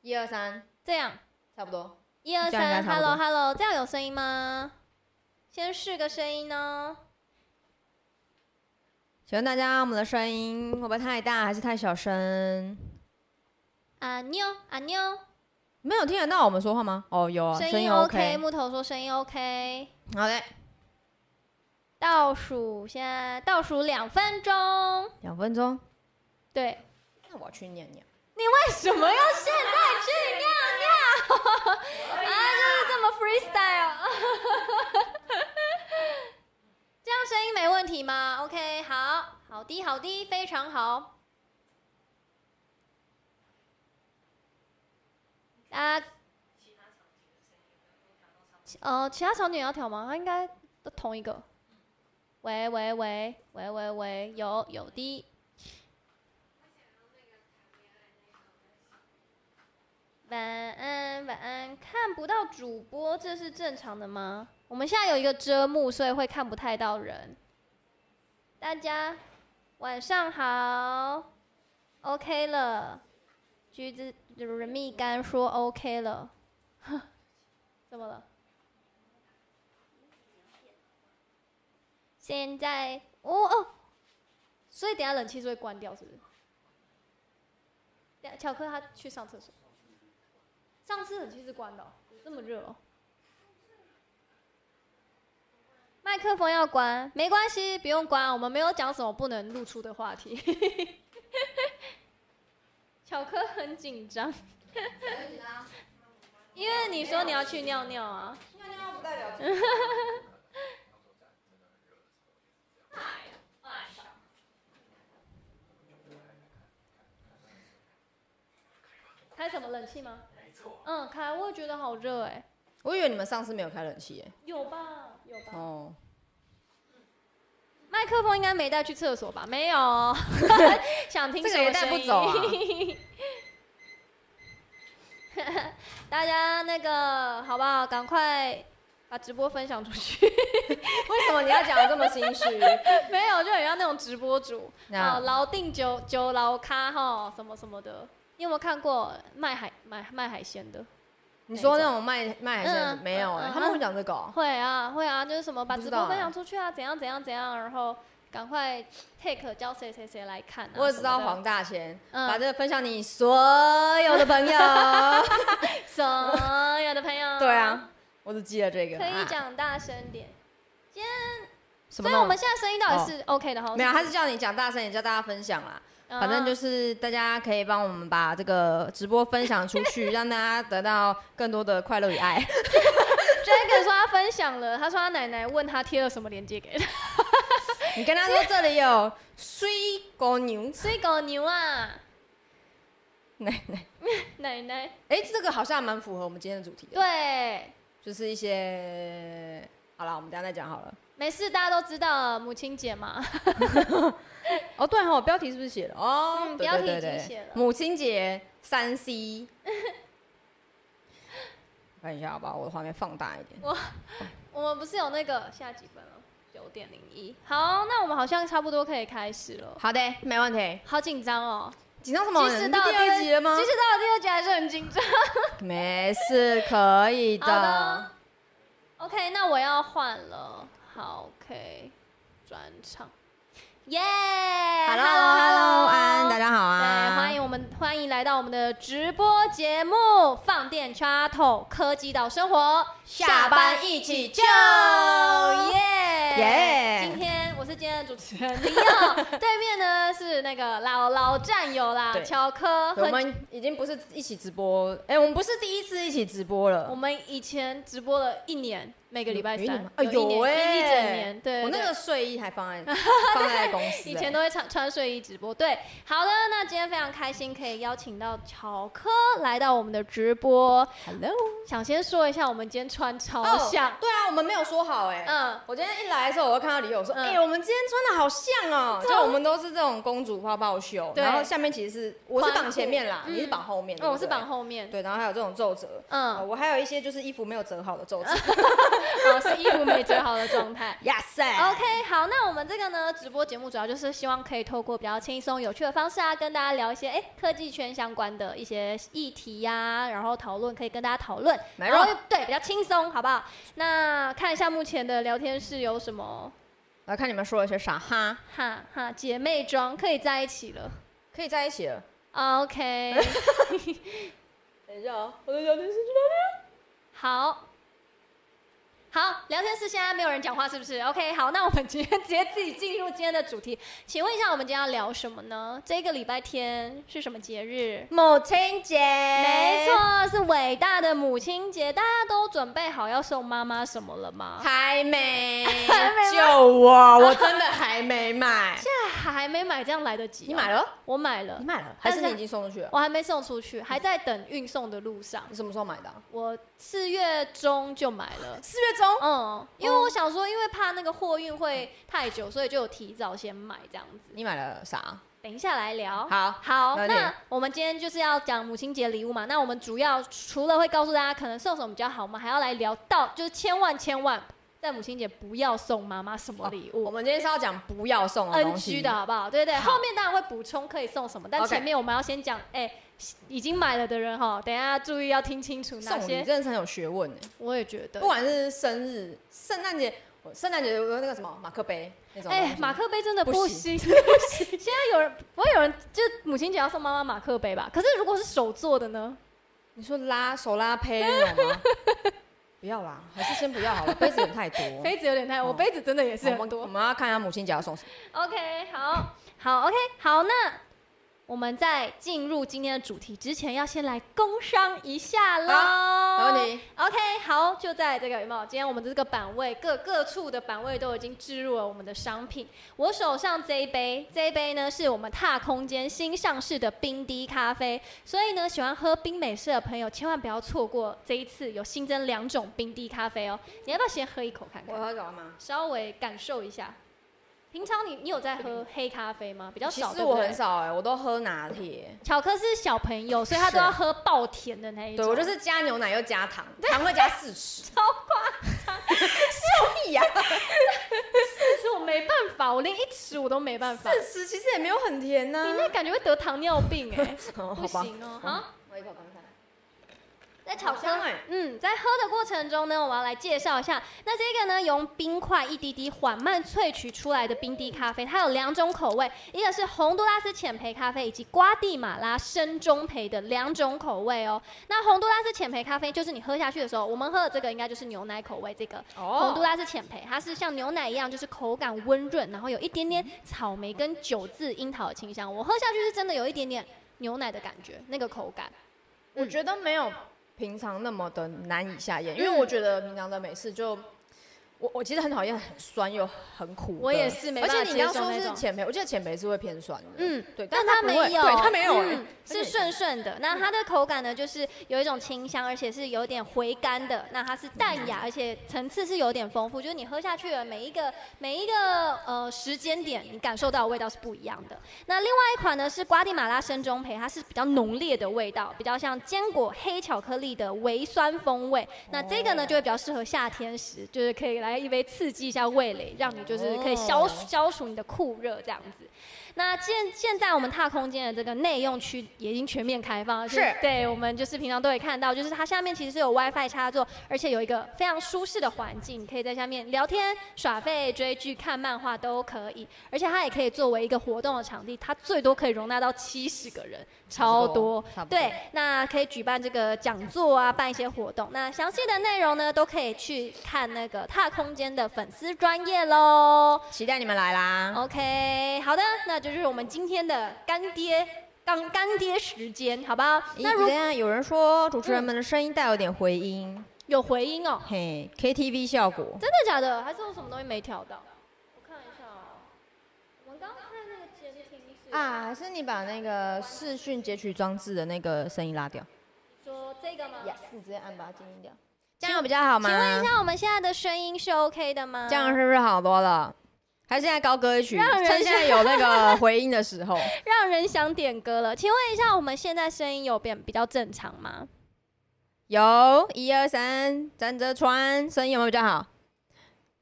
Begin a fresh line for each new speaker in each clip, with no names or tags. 一二三，
这样，
差不多。
一二
这样应该
三
差不多
，Hello Hello，这样有声音吗？先试个声音哦。
请问大家，我们的声音会不会太大，还是太小声？
啊妞啊妞，
没有听得到我们说话吗？哦，有啊，
声
音
OK。木头说声音 OK。
好嘞，
倒数，现在倒数两分钟。
两分钟。
对，
那我去念念。
为什么要现在去尿尿？ 啊，就是这么 freestyle。这样声音没问题吗？OK，好，好的，好的，非常好。啊，其呃，其他场景要调吗？它应该都同一个。喂喂喂喂喂喂，有有的。晚安，晚安。看不到主播，这是正常的吗？我们现在有一个遮幕，所以会看不太到人。大家晚上好，OK 了。橘子就是蜜柑说 OK 了， 怎么了？现在哦哦，所以等一下冷气是会关掉，是不是？等一下巧克他去上厕所。上次冷气是关的哦、有这么热哦、麦克风要关，没关系，不用关，我们没有讲什么不能露出的话题。 巧克很紧张，因为你说你要去尿尿啊。 开什么冷气吗？嗯，开，我也觉得好热哎、
我以为你们上次没有开冷气耶。
有吧，有吧。
哦，
麦克风应该没带去厕所吧？没有 哦，想听
这
什
个也
么
带
声
不
音
走啊
大家那个好不好？赶快把直播分享出去。
为什么你要讲的这么心虚？
没有，就很像那种直播主，
那
哦，老定九九老咖哈，什么什么的。你有没有看过卖海卖卖海鲜的？
你说那种卖卖海鲜的
嗯
没有哎
嗯，
他们会讲这个哦。
会啊，会啊，就是什么把
不知
直
道
播分
欸
享出去啊，怎样怎样怎样，然后赶快 take 叫谁谁谁来看、啊。
我只知道
什么的
黄大千，
嗯
把这个分享你所有的朋友。
所有的朋友。
对啊，我只记得这个。
可以
啊
讲大声点。
什么那
所
种？哦
以我们现在声音到底是嗯 OK 的哈？
没有，他是叫你讲大声，也叫大家分享啦。反正就是是大家可以帮我们把这个直播分享出 去，让大家得到更多的快乐与爱。
Jack 说他分享了，他说他奶奶问他贴了什么链接给他，
你跟他 说这里有水果牛
所以狗牛啊，
奶奶，
奶奶
哎，这个好像蛮符合我们今天的主题的，
对。
就是一些好了，我们等一下再讲好了。
没事，大家都知道了母亲节嘛。
哦，对哦，标题是不是写了？哦，
嗯
对
标题
对对
已经
对
写了
母亲节三 C。看一下好不好？我的画面放大一点。
我们不是有那个现在几分了？九点零一。好，那我们好像差不多可以开始了。
好的，没问题。
好紧张哦！
紧张什么？
即使
你
到
第二集了吗
即？使到了第二集还是很紧张。
没事，可以
好的。OK，那我要换了。好，OK，转场。耶
h e l l
！Hello，Hello，
o 安，大。家好啊！
对，欢。迎我们，欢迎来到我们的直播节目《放电 Chat Talk 科技岛生活》，
下班一起
就
就
耶
耶
今天我是今天的主持人林耀，对面呢是那个老老战友啦，
对
乔科
我
和
们已经不是一起直播，哎、我们不是第一次一起直播
我
了。
们以前直播了一年，每个礼拜
有一年
三
吗，啊
一年
有欸
一一整年，对，
我
对
那个睡衣还放 在放在公司、哎
以前
都
都会穿穿睡衣直播。对，好的，那今天非常开心可以邀请到乔科来到我们的直播，
Hello。
想先说一下我们今天穿超像，
对啊，我们没有说好哎、
嗯，
我今天一来的时候，我就看到李友说：“
嗯
哎、我们今天穿的好像哦、就我们都是这种公主泡泡袖，
对
然后下面其实是我是绑前面啦，
宽裤
你是绑后面，对
哦，
不
我是
对
绑后面，
对，然后还有这种皱褶，呃
嗯，
我还有一些就是衣服没有折好的皱褶。
哦，是衣服没折好的状态。
呀塞
OK，好，那我们这个呢，直播节目主要就是希望可以透过比较轻松有趣的方式啊，跟大家聊一些哎、科技圈相关的一些议题呀、然后讨论可以跟大家讨论，
没
然后
错
又对比较轻松，好不好？那看一下目前的聊天室有什么
来看你们说了些啥哈？
哈哈姐妹装可以在一起了
可以在一起了。
，OK，
等一下啊，我的聊天室
好。好，聊天室现在没有人讲话，是不是？OK，好，那我们今天直接自己进入今天的主题。 请问一下，我们今天要聊什么呢？这个礼拜天是什么节日？
母亲节，
没
没，
哎错，是伟大的母亲节，大家都准备好要送妈妈什么了吗？
还没，
还没吗
救我！我真的还没买。
现在还没买，这样来得 及、啊
你买？了？
我买了
你，买了？还
但是
是你已经送出去了？
我还没送出去，还在等运送的路上。
你什么时候买的啊？，
我四月中就买了
四月中。
嗯，因为
哦
我想说，因为怕那个货运会太久，所以就有提早先买这样子。
你买了啥？
等一下来聊。
好，
好，
了解
那我们今天就是要讲母亲节礼物嘛。那我们主要除了会告诉大家可能送什么比较好，我们还要来聊到，就是千万千万在母亲节不要送妈妈什么礼
我
物。
们今天是要讲不要 送的东
NG
西
的。好不好？对对，
好
后面当然会补充可以送什么，但
OK
前面我们要先讲，哎、已经买了的人哈，等一下注意要听清楚哪
送礼
些。
真的是很有学问诶，
我也觉
不
得，
管是生日、圣诞节，我圣诞节有那个什么马克杯那种东西。
哎、马克杯真的
不
不行，不 行。现在有人不会有人，就是母亲节要送妈妈马克杯吧？可是如果是手做的呢？
你说拉手拉胚那种 吗？不要啦，还是先不要好了， 杯子有点太多。
杯子有点太，我
哦
杯子真的也是
我
很
们
多
我。们要看一下母亲节要送什么。
OK，好，好，OK，好，那我们在进入今天的主题之前，要先来工商一下
没
喽。
问题。
OK，好，就在这个有没有？今天我们的这个版位，各各处的版位都已经置入了我们的商品。我手上这一杯，这一杯呢是我们踏空间新上市的冰滴咖啡，所以呢，喜欢喝冰美式的朋友千万不要错过这一次有新增两种冰滴咖啡哦。你要不要先喝一口看看？
喝酒了吗？
稍微感受一下。平常你你有在喝黑咖啡吗？比较
其
少，
实
对不
我
对
很。少哎、我都喝拿铁。
巧克是小朋友，所以他
是
都要喝爆甜的那一种。
对我就是加牛奶又加糖，糖会加四十，超夸张，笑屁呀、
四十，我没办法，我连一匙我都没办法。
四十其实也没有很甜
你
呐、
那感觉会得糖尿病哎、
哦
不
好吧，
行哦、
嗯
好，
我一口看看。
在巧
好
克
香哎、
嗯，在喝的过程中呢，我要来介绍一下。那这个呢，用冰块一滴滴缓慢萃取出来的冰滴咖啡，它有两种口味，一个是洪都拉斯浅焙咖啡以及瓜地马拉深中焙的两种口味哦。那洪都拉斯浅焙咖啡就是你喝下去的时候，我们喝的这个应该就是牛奶口味这个。洪
哦，
都拉斯浅焙，它是像牛奶一样，就是口感温润，然后有一点点草莓跟酒渍樱桃的清香。我喝下去是真的有一点点牛奶的感觉，那个口感。
我觉得没有平常那么的难以下咽，因为我觉得平常的美式就。我我其实很讨厌很酸又很苦的，
我也是没
而
办
且
法
你刚
接受
刚说
那
是
种
浅焙，我记得浅焙是会偏酸的，
嗯，
对，但
但
它
它
不
没
会
有，
对它没有、哎
嗯是顺顺的。那它的口感呢，就是有一种清香，而且是有点回甘的。那它是淡雅，而且层次是有点丰富，就是你喝下去了每一个每一个呃时间点，你感受到的味道是不一样的。那另外一款呢是瓜地马拉深中培，它是比较浓烈的味道，比较像坚果黑巧克力的微酸风味。那这
哦
个呢就会比较适合夏天时，就是可以来一杯刺激一下味蕾，让你就是可以消
哦
消除你的酷热这样子。那现现在我们踏空间的这个内用区也已经全面开放了，就是对我们就是平常都会看到，就是它下面其实是有 WiFi 插座，而且有一个非常舒适的环境，你可以在下面聊天、耍废、追剧、看漫画都可以，而且它也可以作为一个活动的场地，它最多可以容纳到七十个人，超多。
哦差不多
对，那可以举办这个讲座啊，办一些活动。那详细的内容呢，都可以去看那个踏空间的粉丝专业喽。
期待你们来啦！
OK，好的，那就是我们今天的干爹干干爹时间，好不好？那
那
如
如下有人说主持人们的声音带有点回音，
有回音哦，
嘿，KTV 效果。
真的假的？还是有什么东西没调到？我看一下哦，我们刚刚看那个监听是
啊，还是你把那个视讯截取装置的那个声音拉掉。
说这个吗
你直接按把它静音掉，这样有比较好吗？
请问一，下，我们现在的声音是 OK 的吗？
这样是不是好多了？还是现在高歌一曲，
让人
趁现在有那个回音的时 候。
让人想点歌了。请问一下，我们现在声音有变比较正常吗？
有一二三，站着穿，声音有没有比较好？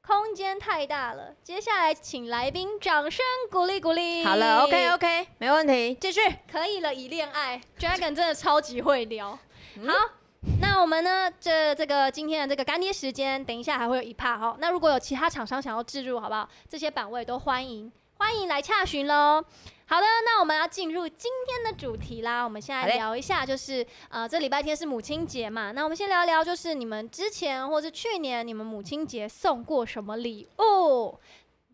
空间太大了，接下来请来宾掌声鼓励鼓励。
好了，OK OK，没问题，继续。
可以了，以恋爱，Dragon 嗯真的超级会聊。好，那我们呢，这这个今天的这个干爹时间，等一下还会有一 part 哈。那如果有其他厂商想要置入，好不好？这些版位都欢迎，欢迎来洽询喽。好的，那我们要进入今天的主题啦。我们现
好
在
嘞
聊一下，就是呃，这礼拜天是母亲节嘛，那我们先聊聊，就是你们之前或是去年你们母亲节送过什么礼物？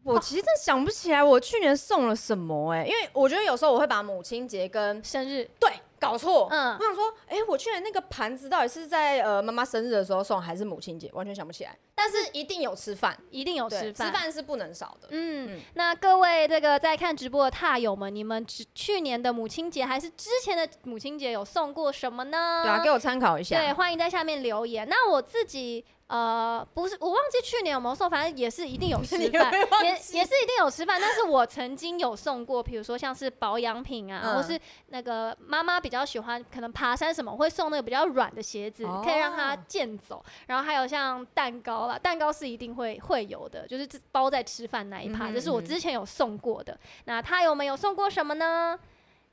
我其实真想不起来我去年送了什么哎、因为我觉得有时候我会把母亲节跟
生日？
对搞错。
嗯
我，想说，哎、我去年那个盘子到底是在呃妈妈生日的时候送，还是母亲节？完全想不起来。但是一定有吃饭，
一定有
对
吃
嗯
饭。
哦吃饭是不能少的。
嗯
嗯，
那各位这个在看直播的踏友们，你们只去年的母亲节还是之前的母亲节有送过什么呢？
对啊，给我参考一下。
对，欢迎在下面留言。那我自己呃，不是，我忘记去年有没有送，反正也是一定有 吃
你会
饭，
忘
也
记
也是一定有吃饭。但是我曾经有送过，比如说像是保养品啊，
嗯
或是那个妈妈比较喜欢，可能爬山什么会送那个比较软的鞋子，
哦
可以让她健走。然后还有像蛋糕啦，蛋糕是一定会会有的，就是这包在吃饭那一
嗯
趴，
哼
这是
嗯
我
哼
之前有送过的。那他有没有送过什么呢？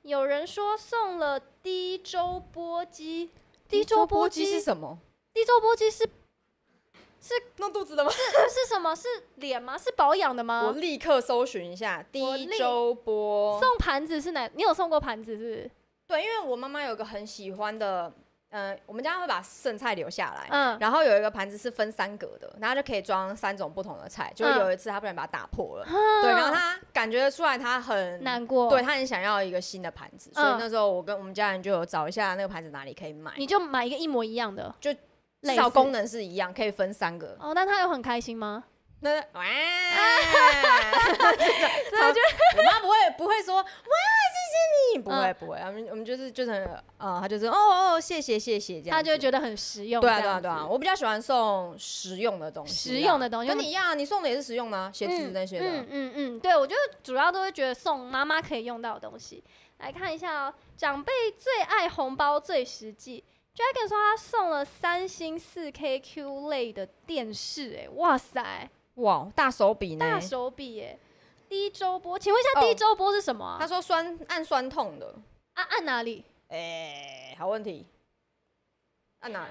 有人说送了低周波机，低周波
机是什么？
低周波机是
弄肚子的吗？
是 什么？是脸吗？是保养的
我
吗？
立刻搜寻一下
我立
低周波。
送盘子是哪？你有送过盘子是不是？
对，因为我妈妈有个很喜欢的，嗯、我们家会把剩菜留下来。
嗯，
然后有一个盘子是分三格的，然后就可以装三种不同的菜。就
嗯啊
有一次她不小心把它打破了，对，然后她感觉得出来她很，
嗯难过。
对，她很想要一个新的盘子，所以
嗯
那时候我跟我们家人就有找一下那个盘子哪里可以买，
你就买一个一模一样的，
就
类
至少
似
功能是一样，可以分三个。
哦。那他有很开心吗？
那 哇，真的就我妈不会不会说哇谢谢你，不会
嗯
不会，我们我们就是就是很呃，她就是哦哦谢谢谢谢这样子，
他就会觉得很实用。
对啊
这
对
样
啊对啊，
子
我比较喜欢送实用的东西啊，
实用的东西
跟你一样啊，你送的也是实用的啊，鞋子那些
嗯
的，
嗯嗯，对，我就主要都会觉得送妈妈可以用到的东西。来看一下哦，长辈最爱红包最实际。Dragon 说他送了三星四 K Q 类的电视、哎，哇塞，
哇，大手笔呢。
大手笔哎、低周波，请问一
哦
下低周波是什么啊？
他说酸按酸痛的，
啊，按哪里？
哎，好问题，按哪？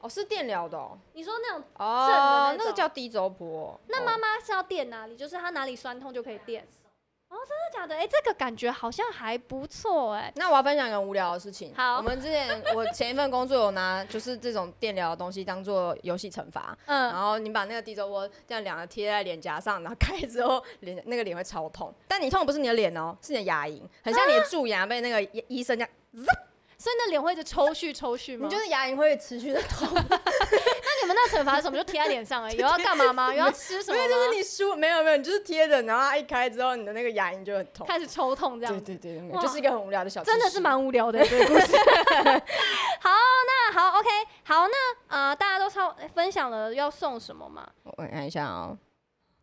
哦，是电疗的哦，
你说那种，正的那
哦，
种
那个叫低周波。
那
哦
妈妈是要电哪里？就是她哪里酸痛就可以电。哦，真的假的？哎、这个感觉好像还不错哎、
那我要分享一个很无聊的事情。
好
我们之前我前一份工作有拿就是这种电疗的东西当做游戏惩罚，
嗯，
然后你把那个地周波这样两个贴在脸颊上，然后开之后脸那个脸会超痛，但你痛的不是你的脸哦，是你的牙龈，很像你的蛀牙被那 个医医生这样，
所以那脸会一直抽搐抽搐吗？
你就是牙龈会持续 的痛，
那你们那惩罚是什么？就贴在脸 上而已，有要干嘛吗？有要吃什
因
么
为就是
吗？
你输没有没有，你就是贴着，然后它一开之后你的那个牙龈就很 痛。
开始抽痛这样
对
子。
对对，
哇
就是一个很无聊的小，
真的是？蛮无聊的这个故事。 好，那好，OK，好，那呃，大家都超分享了要送什么嘛？
我看一下哦，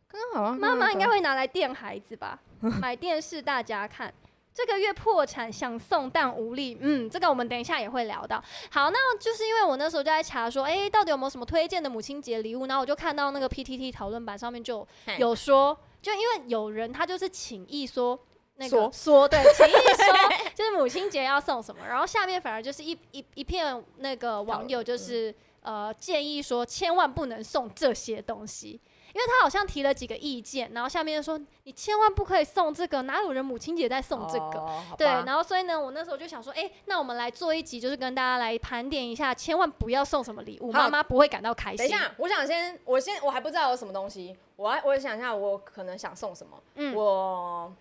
刚刚好像
妈妈应该
会
会拿来垫孩子吧？买电视大家看。这个月破产，想送但无力。嗯，这个我们等一下也会聊到。好，那就是因为我那时候就在查说，哎，到底有没有什么推荐的母亲节礼物？然后我就看到那个 PTT 讨论版上面就
嘿
有说，就因为有人他就是请意说。那个
说
说对，请意说就是母亲节要送什么，然后下面反而就是一一一片那个网友就是呃建议说千万不能送这些东西，因为他好像提了几个意见，然后下面就说你千万不可以送这个，哪有人母亲节在送这个？
哦、好吧
对，然后所以呢，我那时候就想说，哎、那我们来做一集，就是跟大家来盘点一下，千万不要送什么礼物，
好
妈妈不会感到开心。
等一，下，我想先，我先，我还不知道有什么东西，我还我想一下，我可能想送什么？
嗯
我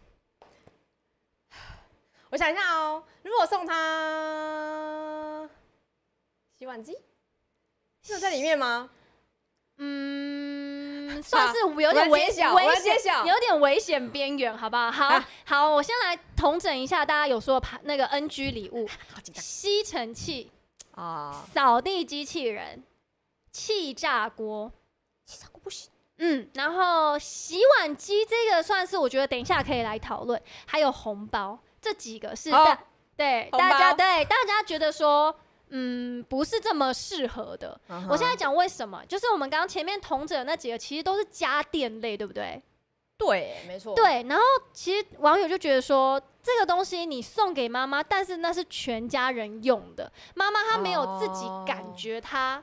我想一下哦，如果送他洗碗机，是有在里面吗？
嗯，算是有点
我
危
来揭晓我
危
来揭
险，
晓
有点危险边缘，好不好？好、
啊
好，我先来统整一下大家有说的盘那个 NG 礼物：
好紧
吸尘器、
张啊！
扫地机器人、气炸锅。
洗澡锅不行，
嗯，然后洗碗机这个算是我觉得等一下可以来讨论，还有红包这几个是
好
大、对
哦红
大家
包
对大家觉得说嗯不是这么适合的。
嗯
我现
哼
在讲为什么，就是我们刚刚前面同者那几个其实都是家电类，对不对？
对，没错，
对，然后其实网友就觉得说，这个东西你送给妈妈，但是那是全家人用的，妈妈她没有自己感
哦
觉她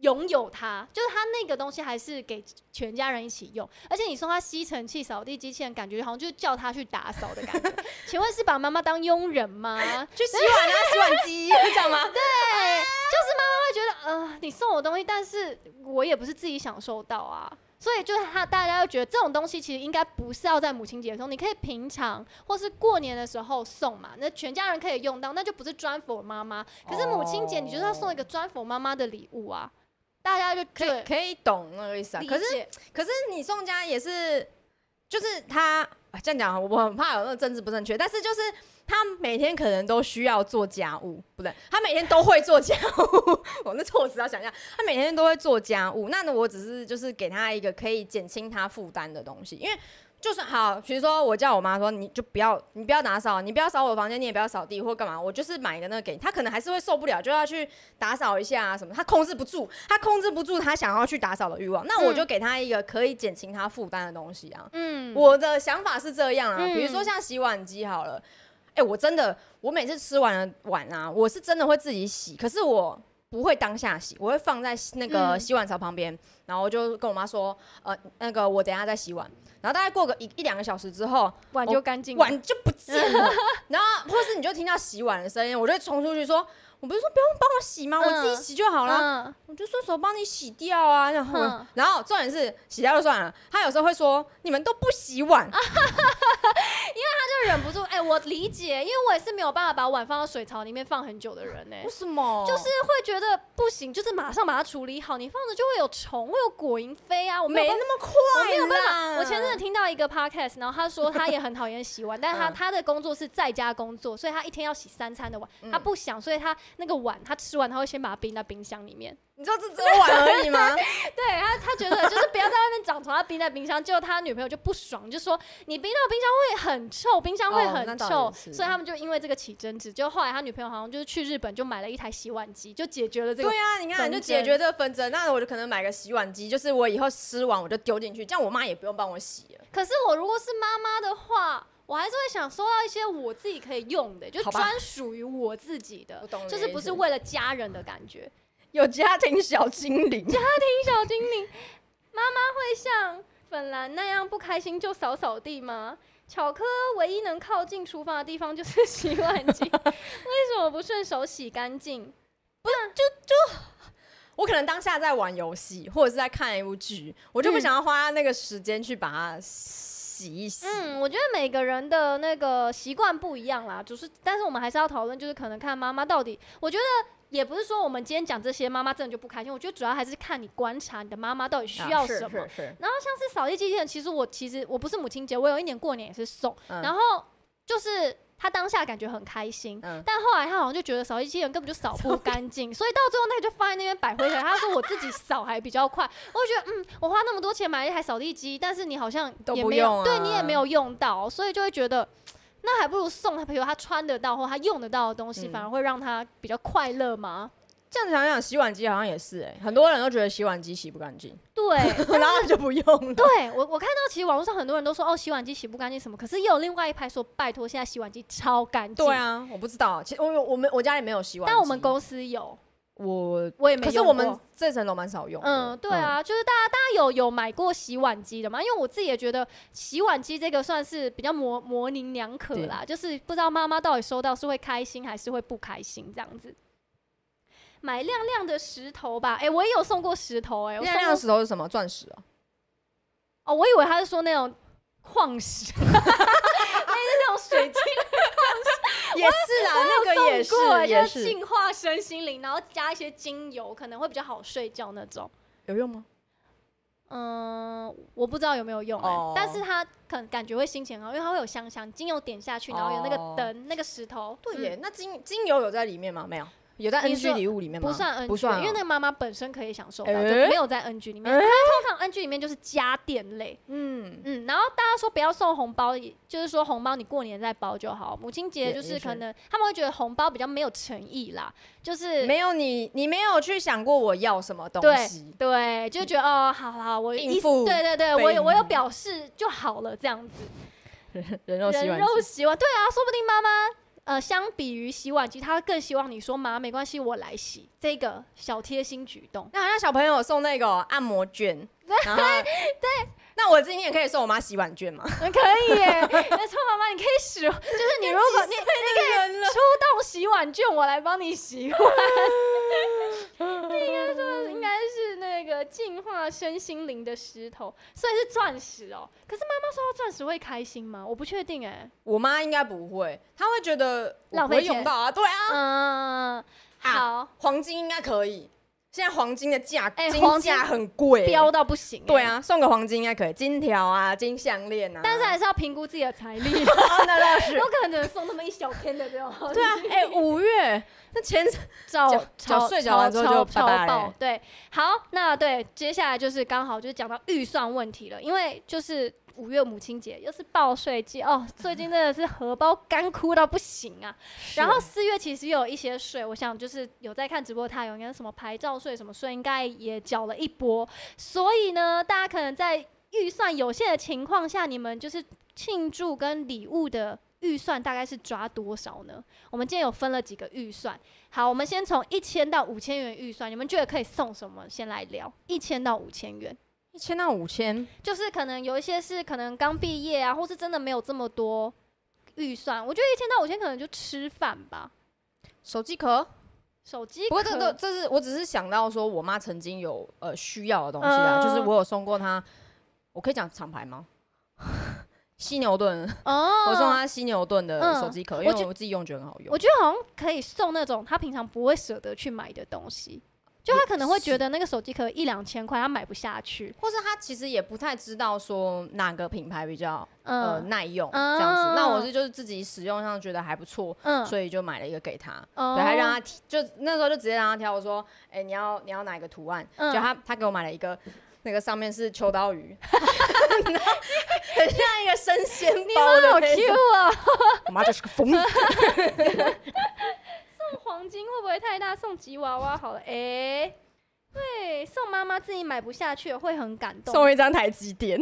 拥有它，就是她那个东西还是给全家人一起用，而且你送她吸尘器、扫地机器人，感觉好像就是叫她去打扫的 感觉。请问是把妈妈当佣人吗？
去洗碗啊，洗碗机， 这样吗？
对，就是妈妈会觉得，呃，你送我东西，但是我也不是自己享受到啊。所以就是他，大家会觉得这种东西其实应该不是要在母亲节的时候，你可以平常或是过年的时候送嘛，那全家人可以用到，那就不是专 for 妈妈。可是母亲节，你就是要送一个专 for 妈妈的礼物啊，大家就
可以可以懂那个意思啊。
理
可是
解
可是你送家也是，就是他啊这样讲啊，我很怕有那个政治不正确，但是就是他每天可能都需要做家务，不对，他每天都会做家务。我那措辞要想一下，他每天都会做家务。那呢，我只是就是给他一个可以减轻他负担的东西，因为。就是好，比如说我叫我妈说，你就不要，你不要打扫，你不要扫我的房间，你也不要扫地或干嘛，我就是买一个那个给你。他可能还是会受不了，就要去打扫一下啊什么，他控制不住，他控制不住他想要去打扫的欲望，那我就给他一个可以减轻他负担的东西啊。
嗯，
我的想法是这样啊，
嗯
比如说像洗碗机好了，哎、我真的，我每次吃完了碗啊，我是真的会自己洗，可是我不会当下洗，我会放在那个
嗯
洗碗槽旁边，然后就跟我妈说，呃，那个我等一下再洗碗，然后大概过个一一两个小时之后，
碗就干净了，
碗就不见 了，然后或是你就听到洗碗的声音，我就会冲出去说，我不是说不用帮我洗吗？我自己洗就好了，
嗯
我就顺手帮你洗掉啊。然后，
嗯
然后重点是洗掉就算了，他有时候会说你们都不洗碗，
就忍不住，哎、我理解，因为我也是没有办法把碗放到水槽里面放很久的人哎呢、
为什么？
欸就是会觉得不行，就是马上把它处理好。你放着就会有虫，会有果蝇飞啊。我没
没
有办
那么
我没
快
有办
啦。
法。我前阵子听到一个 podcast，然后他说他也很讨厌洗碗，但是他
嗯
他的工作是在家工作，所以他一天要洗三餐的碗，
嗯
他不想，所以他那个碗他吃完他会先把它冰在冰箱 里面。
你说这只有碗而已 吗？
对他他觉得就是不要在外面长虫，他冰在冰箱。结果他女朋友就不爽，就说你冰到冰箱会很臭，冰箱会
哦那
很
倒
臭，
也是
所以他们就因为这个起争执。就后来他女朋友好像就是去日本就买了一台洗碗机，就解决了这个
对啊，你看
纷
你就
争
解决这个纷争，那我就可能买个洗碗机，就是我以后吃完我就丢进去，这样我妈也不用帮我洗了。
可是我如果是妈妈的话，我还是会想收到一些我自己可以用的，就
好吧
专属于我自己的
我懂，你
就
的
是不
意思
是为了家人的感觉。
有家庭小精灵，
丁小精灵，妈妈会像粉兰那样不开心就扫扫地吗？巧科唯一能靠近厨房的地方就是洗碗 机，为什么不顺手洗干净？
我可能当下在玩游戏，或者是在看一部剧，我就不想要花那个时间去把它洗一洗。啊
嗯，我觉得每个人的那个习惯不一样啦，就是，但是我们还是要讨论，就是可能看妈妈到底，我觉得也不是说我们今天讲这些妈妈真的就不开心，我觉得主要还是看你观察你的妈妈到底需要什么。
啊是是是
然后像是扫地机器人，其实我其实我不是母亲节，我有一年过年也是送，
嗯
然后就是他当下感觉很开心，
嗯
但后来他好像就觉得扫地机器人根本就扫不干 净，所以到最后那个就放在那边摆灰尘。他说我自己扫还比较快，我就觉得嗯，我花那么多钱买了一台扫地机，但是你好像
都
也
不
没有，
用啊
对你也没有用到，所以就会觉得。那还不如送他，比如他穿得到或他用得到的东西，
嗯
反而会让他比较快乐 吗？
这样想想，洗碗机好像也是哎、很多人都觉得洗碗机洗不干净，
对，
然后就不用了。
对我我看到其实网络上很多人都说哦洗碗机洗不干净什么，可是也有另外一派说拜托现在洗碗机超干净。
对啊，我不知道，其实我我们我家里没有洗碗机，
但我们公司有，
我
我也没
可
用
是
过。
我们这层楼蛮少用的。
嗯，对啊，就是大家大家有有买过洗碗机的吗？因为我自己也觉得洗碗机这个算是比较模模棱两可啦，就是不知道妈妈到底收到是会开心还是会不开心这样子。买亮亮的石头吧，哎、我也有送过石头、哎，
嗯。
我
亮
送
亮
过
的石头是什么？钻石 啊？
哦，我以为他是说那种矿石， 类似那种水晶
也是啊，那个也是
送过欸，
也
就是
是
净化身心灵，然后加一些精油，可能会比较好睡觉那种。
有用吗？
嗯，我不知道有没有用、欸，
哦
但是它可能感觉会心情很好，因为它会有香香，精油点下去，然后有那个
哦
灯、那个石头。
对
嗯
耶，那精精油有在里面吗？没有，有在
你
NG
说
礼物里面吗？
不算 NG，
不算啊
因为那个妈妈本身可以享受到，
欸
就没有在 NG 里面。
欸
它通常 NG 里面就是家电类，
嗯，
嗯，然后大家说不要送红包，也就是说红包你过年再包就好。母亲节
也
就
也
是可
是
能他们会觉得红包比较没有诚意啦，就是
没有你，你没有去想过我要什么东
对
西。
对，就觉得哦，好好，我
应
意思
付
对对对，
被
我有我有
应付
表示就好了，这样子。
人肉洗
人
碗
肉
机，
洗碗，对啊，说不定妈妈呃，相比于洗碗机，她更希望你说妈没关系，我来洗，这个小贴心举动。
那好像小朋友送那个按摩券，对对。那我今天也可以送我妈洗碗 券吗？
嗯可以耶，没错，妈妈，你可以使用，就是你 如果你
那个人了，
出动洗碗券，我来帮你洗碗。 应该说应该是那个净化身心灵的石头，所以是钻石哦。可是妈妈收到钻石会开心吗？我不确定哎。
我妈应该不会，她会觉得我
浪
不
费
会用
钱
到啊。对啊，
嗯，好，
黄金应该可以。现在黄金的价，
哎黄
金
金
价很贵、
飙到不行。欸
对，啊，送个黄金应该可以，金条啊，金项链啊。
但是还是要评估自己的财 力，
哦那倒是
有可能送那么一小片的这种。
对 啊，哎、五月那前
早
缴缴税缴完之后就拜拜嘞
对，好，那对，接下来就是刚好就是讲到预算问题了，因为就是五月母亲节又是报税季哦，最近真的是荷包干枯到不行啊。然后四月其实有一些税，我想就是有在看直播，他有应该什么牌照税什么税，应该也缴了一波。所以呢，大家可能在预算有限的情况下，你们就是庆祝跟礼物的预算大概是抓多少呢？我们今天有分了几个预算。好，我们先从一千到五千元预算，你们觉得可以送什么？先来聊一千到五千元，
一千到五千，
就是可能有一些是可能刚毕业啊，或是真的没有这么多预算。我觉得一千到五千可能就吃饭吧，
手机壳。
手机壳。
不过这个这是我只是想到说，我妈曾经有呃需要的东西啊，
嗯
就是我有送过她，我可以讲厂牌吗？ 犀牛顿，
哦，
我送啊她犀牛顿的
嗯
手机壳，
我
因嗯
觉
为我自己用觉得很好用
我。觉得好像可以送那种他平常不会舍得去买的东西，就他可能会觉得那个手机壳一两千块他买不下去，
或是她其实也不太知道说哪个品牌比较呃
嗯
耐用
嗯
这样子，那我是就是自己使用上觉得还不错，
嗯，
所以就买了一个给她。
哦
对，还让他挑，就那时候就直接让他挑。我说：“哎、你要你要哪一个图案？”
嗯
就他他给我买了一个，那个上面是秋刀鱼， 然后很像一个生鲜
你
包
妈
的
好
那种。
Q 啊！
我 妈就是个疯子。
送黄金会不会太大？送吉娃娃好了，哎、对，送妈妈自己买不下去会很感动。
送一张台积电，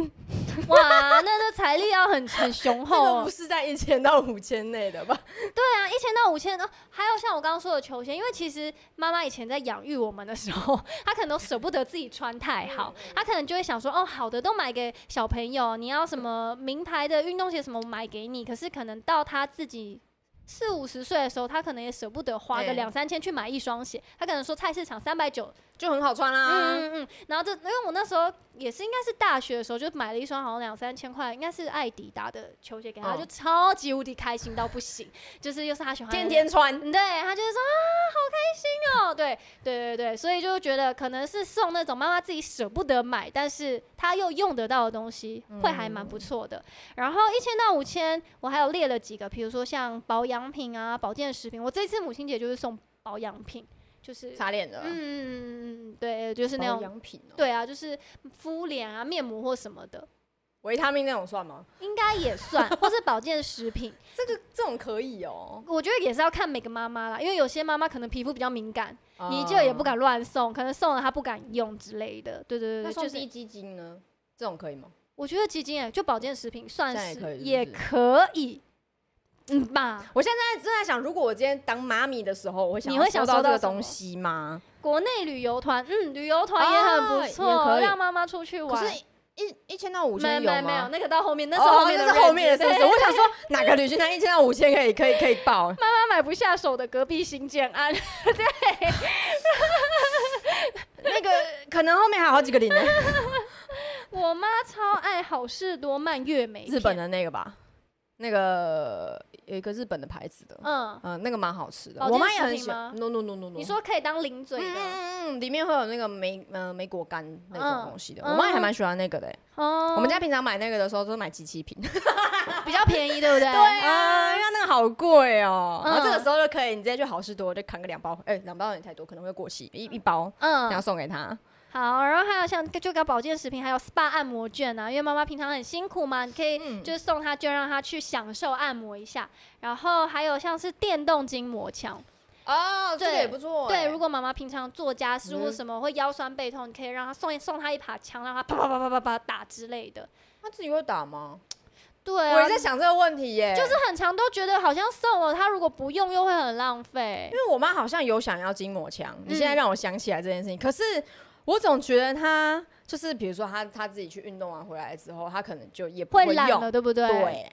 哇，那这财力要很很雄
这
厚
个
哦
不。是在一千到五千内的吧？
对啊，一千到五千哦，还有像我刚刚说的球鞋，因为其实妈妈以前在养育我们的时候， 她可能都舍不得自己穿太好，
嗯
她可能就会想说，哦，好的都买给小朋友，你要什么名牌的运动鞋什么我买给你，可是可能到她自己。四五十岁的时候，她可能也舍不得花个
对
两三千去买一双鞋，她可能说菜市场三百九
就很好穿啦、啊
嗯嗯嗯，然后这因为我那时候也是应该是大学的时候就买了一双好像两三千块，应该是艾迪达的球鞋给他，
嗯
就超级无敌开心到不行，就是又是他喜欢的
天天穿。
对他就是说啊，好开心哦，对对对对，所以就觉得可能是送那种妈妈自己舍不得买，但是他又用得到的东西，会还蛮
嗯
不错的。然后一千到五千，我还有列了几个，比如说像保养品啊、保健食品，我这次母亲节就是送保养品，就是
擦脸的，
嗯嗯嗯嗯嗯，对，就是那
保
种，
养品、哦，
对啊，就是敷脸啊、面膜或什么的，
维他命那种算吗？
应该 也算，或是保健食品，
这个这种可以哦、
我觉得也是要看每个妈妈啦，因为有些妈妈可能皮肤比较敏感，你就
啊
也不。敢乱送，可能送了她不敢用之类的，对对
那
对，
送
就是
低基金呢？这种可以吗？
我觉得基金哎，就保健食品算
这样也可以是不
是也
是
可以，嗯吧。
我现在正在想，如果我今天当妈咪的时候，我会想
你
要
会想
收到
收到
这个
什么
东西吗？
国内旅游团，嗯，旅游团也很
哦
不
也
错，
可以
让妈妈出去
可
玩。
是一一千到五
没
千
没
有
没有，
吗？
那个到后面，那是
哦
后面的
那
range，
是后面的，是
对
不是？我想说哪个旅行团一千到五千可以可以可以报？
妈妈买不下手的隔壁新建 安，
那个可能后面还有好几个零呢，
我妈超爱好事多曼月美片，
日本的那个吧，那个有一个日本的牌子的，
嗯，
嗯、那个蛮好吃的，
保
我
健
妈也
食
很
品
喜欢。
吗
No no no no no，
你说可以当零嘴
嗯
的，啊
嗯嗯，里面会有那个梅呃梅果干那种
嗯
东西的，我妈也还
嗯
蛮喜欢那个的欸、
哦，
我们家平常买那个的时候都是买机器品，
比较便宜，对不 对？
啊，因为它那个好贵哦、然后这个
嗯
时候就可以，你直接去好事多就砍个两包，哎、两包有点太多，可能会过期，一一包，然后
嗯，
送给他。
好，然后还有像就跟保健食品，还有 SPA 按摩券啊，因为妈妈平常很辛苦嘛，你可以
嗯
就是送她券，让她去享受按摩一下。然后还有像是电动筋膜枪，
哦，
这个也不哎
错
对，如果妈妈平常做家事或
嗯
什么会腰酸背痛，你可以让她送送她一把枪，让她啪啪啪啪啪啪打之类的。
他自己会打吗？
对
我
啊
也，在想这个问题耶，
就是很常都觉得好像送了她，如果不用又会很浪费
因。为我妈好像有想要筋膜枪，你现在
嗯
让我想起来这件事情，可是我总觉得她就是比如说她她自己去运动完回来之后，她可能就也不
会懒
用，
了，对不对？
对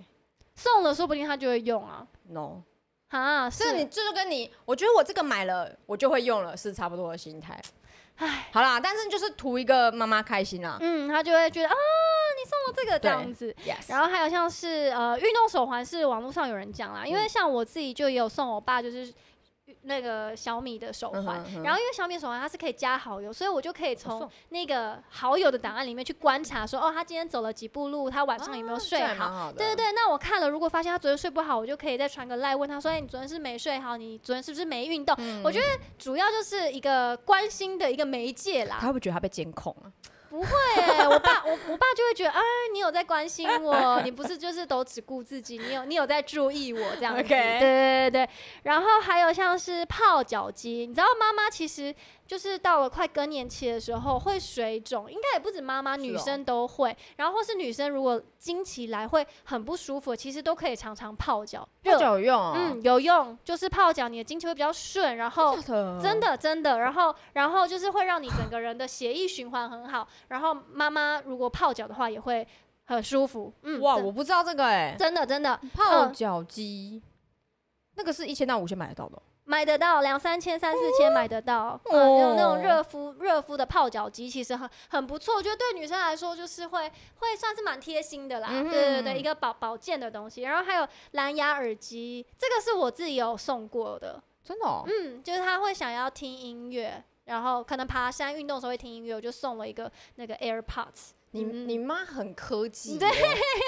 送了说不定她就会用啊。
，no。
啊，
这个你这就跟你，我觉得我这个买了我就会用了，是差不多的心态。
唉，
好啦，但是就是图一个妈妈开心啦。
嗯，他就会觉得啊，你送我这个这
对
样子。
Yes，
然后还有像是呃，运动手环是网络上有人讲啦，
嗯
因为像我自己就也有送我爸，就是那个小米的手
嗯
环。
哼嗯哼
然后因为小米手环它是可以加好友，所以我就可以从
送
那个好友的档案里面去观察说，哦，他今天走了几步路，他晚上有没有
这
睡
样也
好。
蛮好的。
对对对，那我看了，如果发现他昨天睡不好，我就可以再传个赖问他说，哎，你昨天是没睡好，你昨天是不是没运动？
嗯
我觉得主要就是一个关心的一个媒介啦。
他会不会觉得他被监控啊？
不会欸、我爸我我爸就会觉得，哎，你有在关心我，你不是就是都只顾自己，你有你有在注意我这样子。
OK
对对对对。然后还有像是泡脚机，你知道妈妈其实就是到了快更年期的时候会水肿，应该也不止妈妈，
是
女
哦
生都会。然后或是女生如果经期来会很不舒服，其实都可以常常泡脚，
泡
热
脚有用啊？
嗯有用，就是泡脚，你的经期会比较顺，然后
真的，
真的真的，然后然后就是会让你整个人的血液循环很好，然后妈妈如果泡脚的话也会很舒服。嗯，
哇，
真
我不知道这个哎、
真的真的
泡脚机。那个是一千到五千买得到的哦，
买得到两三千、三四千买得到，嗯，有那
哦
种热敷热敷的泡脚机其实很很不错，我觉得对女生来说就是会会算是蛮贴心的啦。
嗯哼
对对对，一个保保健的东西，然后还有蓝牙耳机，这个是我自己有送过的，
真的、哦。
嗯，就是他会想要听音乐，然后可能爬山运动的时候会听音乐，我就送了一个那个 AirPods。
你
嗯
你妈很科技 耶，
对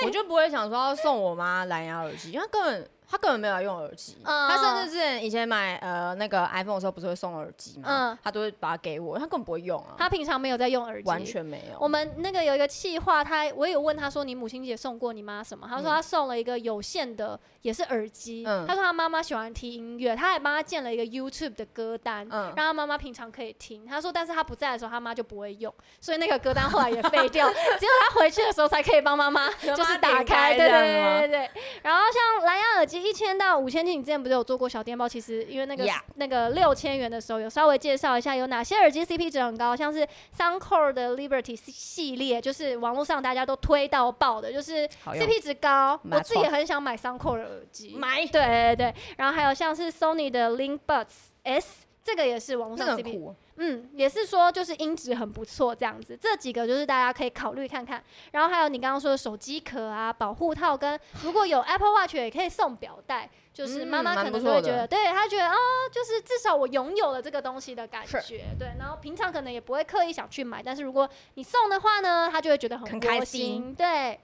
我就不会想说要送我妈蓝牙耳机，因为她根本她根本没有在用耳机，
嗯
她甚至之前以前买呃那个 iPhone 的时候不是会送耳机嘛
嗯，
她都会把它给我，她根本不会用啊，
他平常没有在用耳机，
完。全没有。
我们那个有一个气话，他我有问他说你母亲节送过你妈什么？他说
嗯
他送了一个有线的，也是耳机。
嗯
他说他妈妈喜欢听音乐，他还帮他建了一个 YouTube 的歌单，
嗯
让他妈妈平常可以听。他说，但是他不在的时候，他妈就不会用，所以那个歌单后来也 废掉，只有他回去的时候才可以帮妈妈就是打开，啊对对对对对。 然后像蓝牙耳机一千到五千起，你之前不是有做过小电报？其实因为那个
Yeah
那个六千元的时候，有稍微介绍一下有哪些耳机 CP 值很高，像是 Soundcore 的 Liberty 系系列，就是网络上大家都推到爆的，就是
好用
CP 值高。
没
我自己
错
也很想买 Soundcore 的耳机，
买
对对对。然后还有像是 Sony 的 Link Buds S。这个也是网络
这
上
个很
CP
酷哦，
嗯，也是说就是音质很不错这样子，这几个就是大家可以考虑看看。然后还有你刚刚说的手机壳啊、保护套跟如果有 Apple Watch 也可以送表带，就是
嗯
妈妈
蛮
可
不
能就会
错的
觉得，对她觉得哦，就是至少我拥有了这个东西的感觉，对。然后平常可能也不会刻意想去买，但是如果你送的话呢，她就会觉得很
很
窝
开心
对。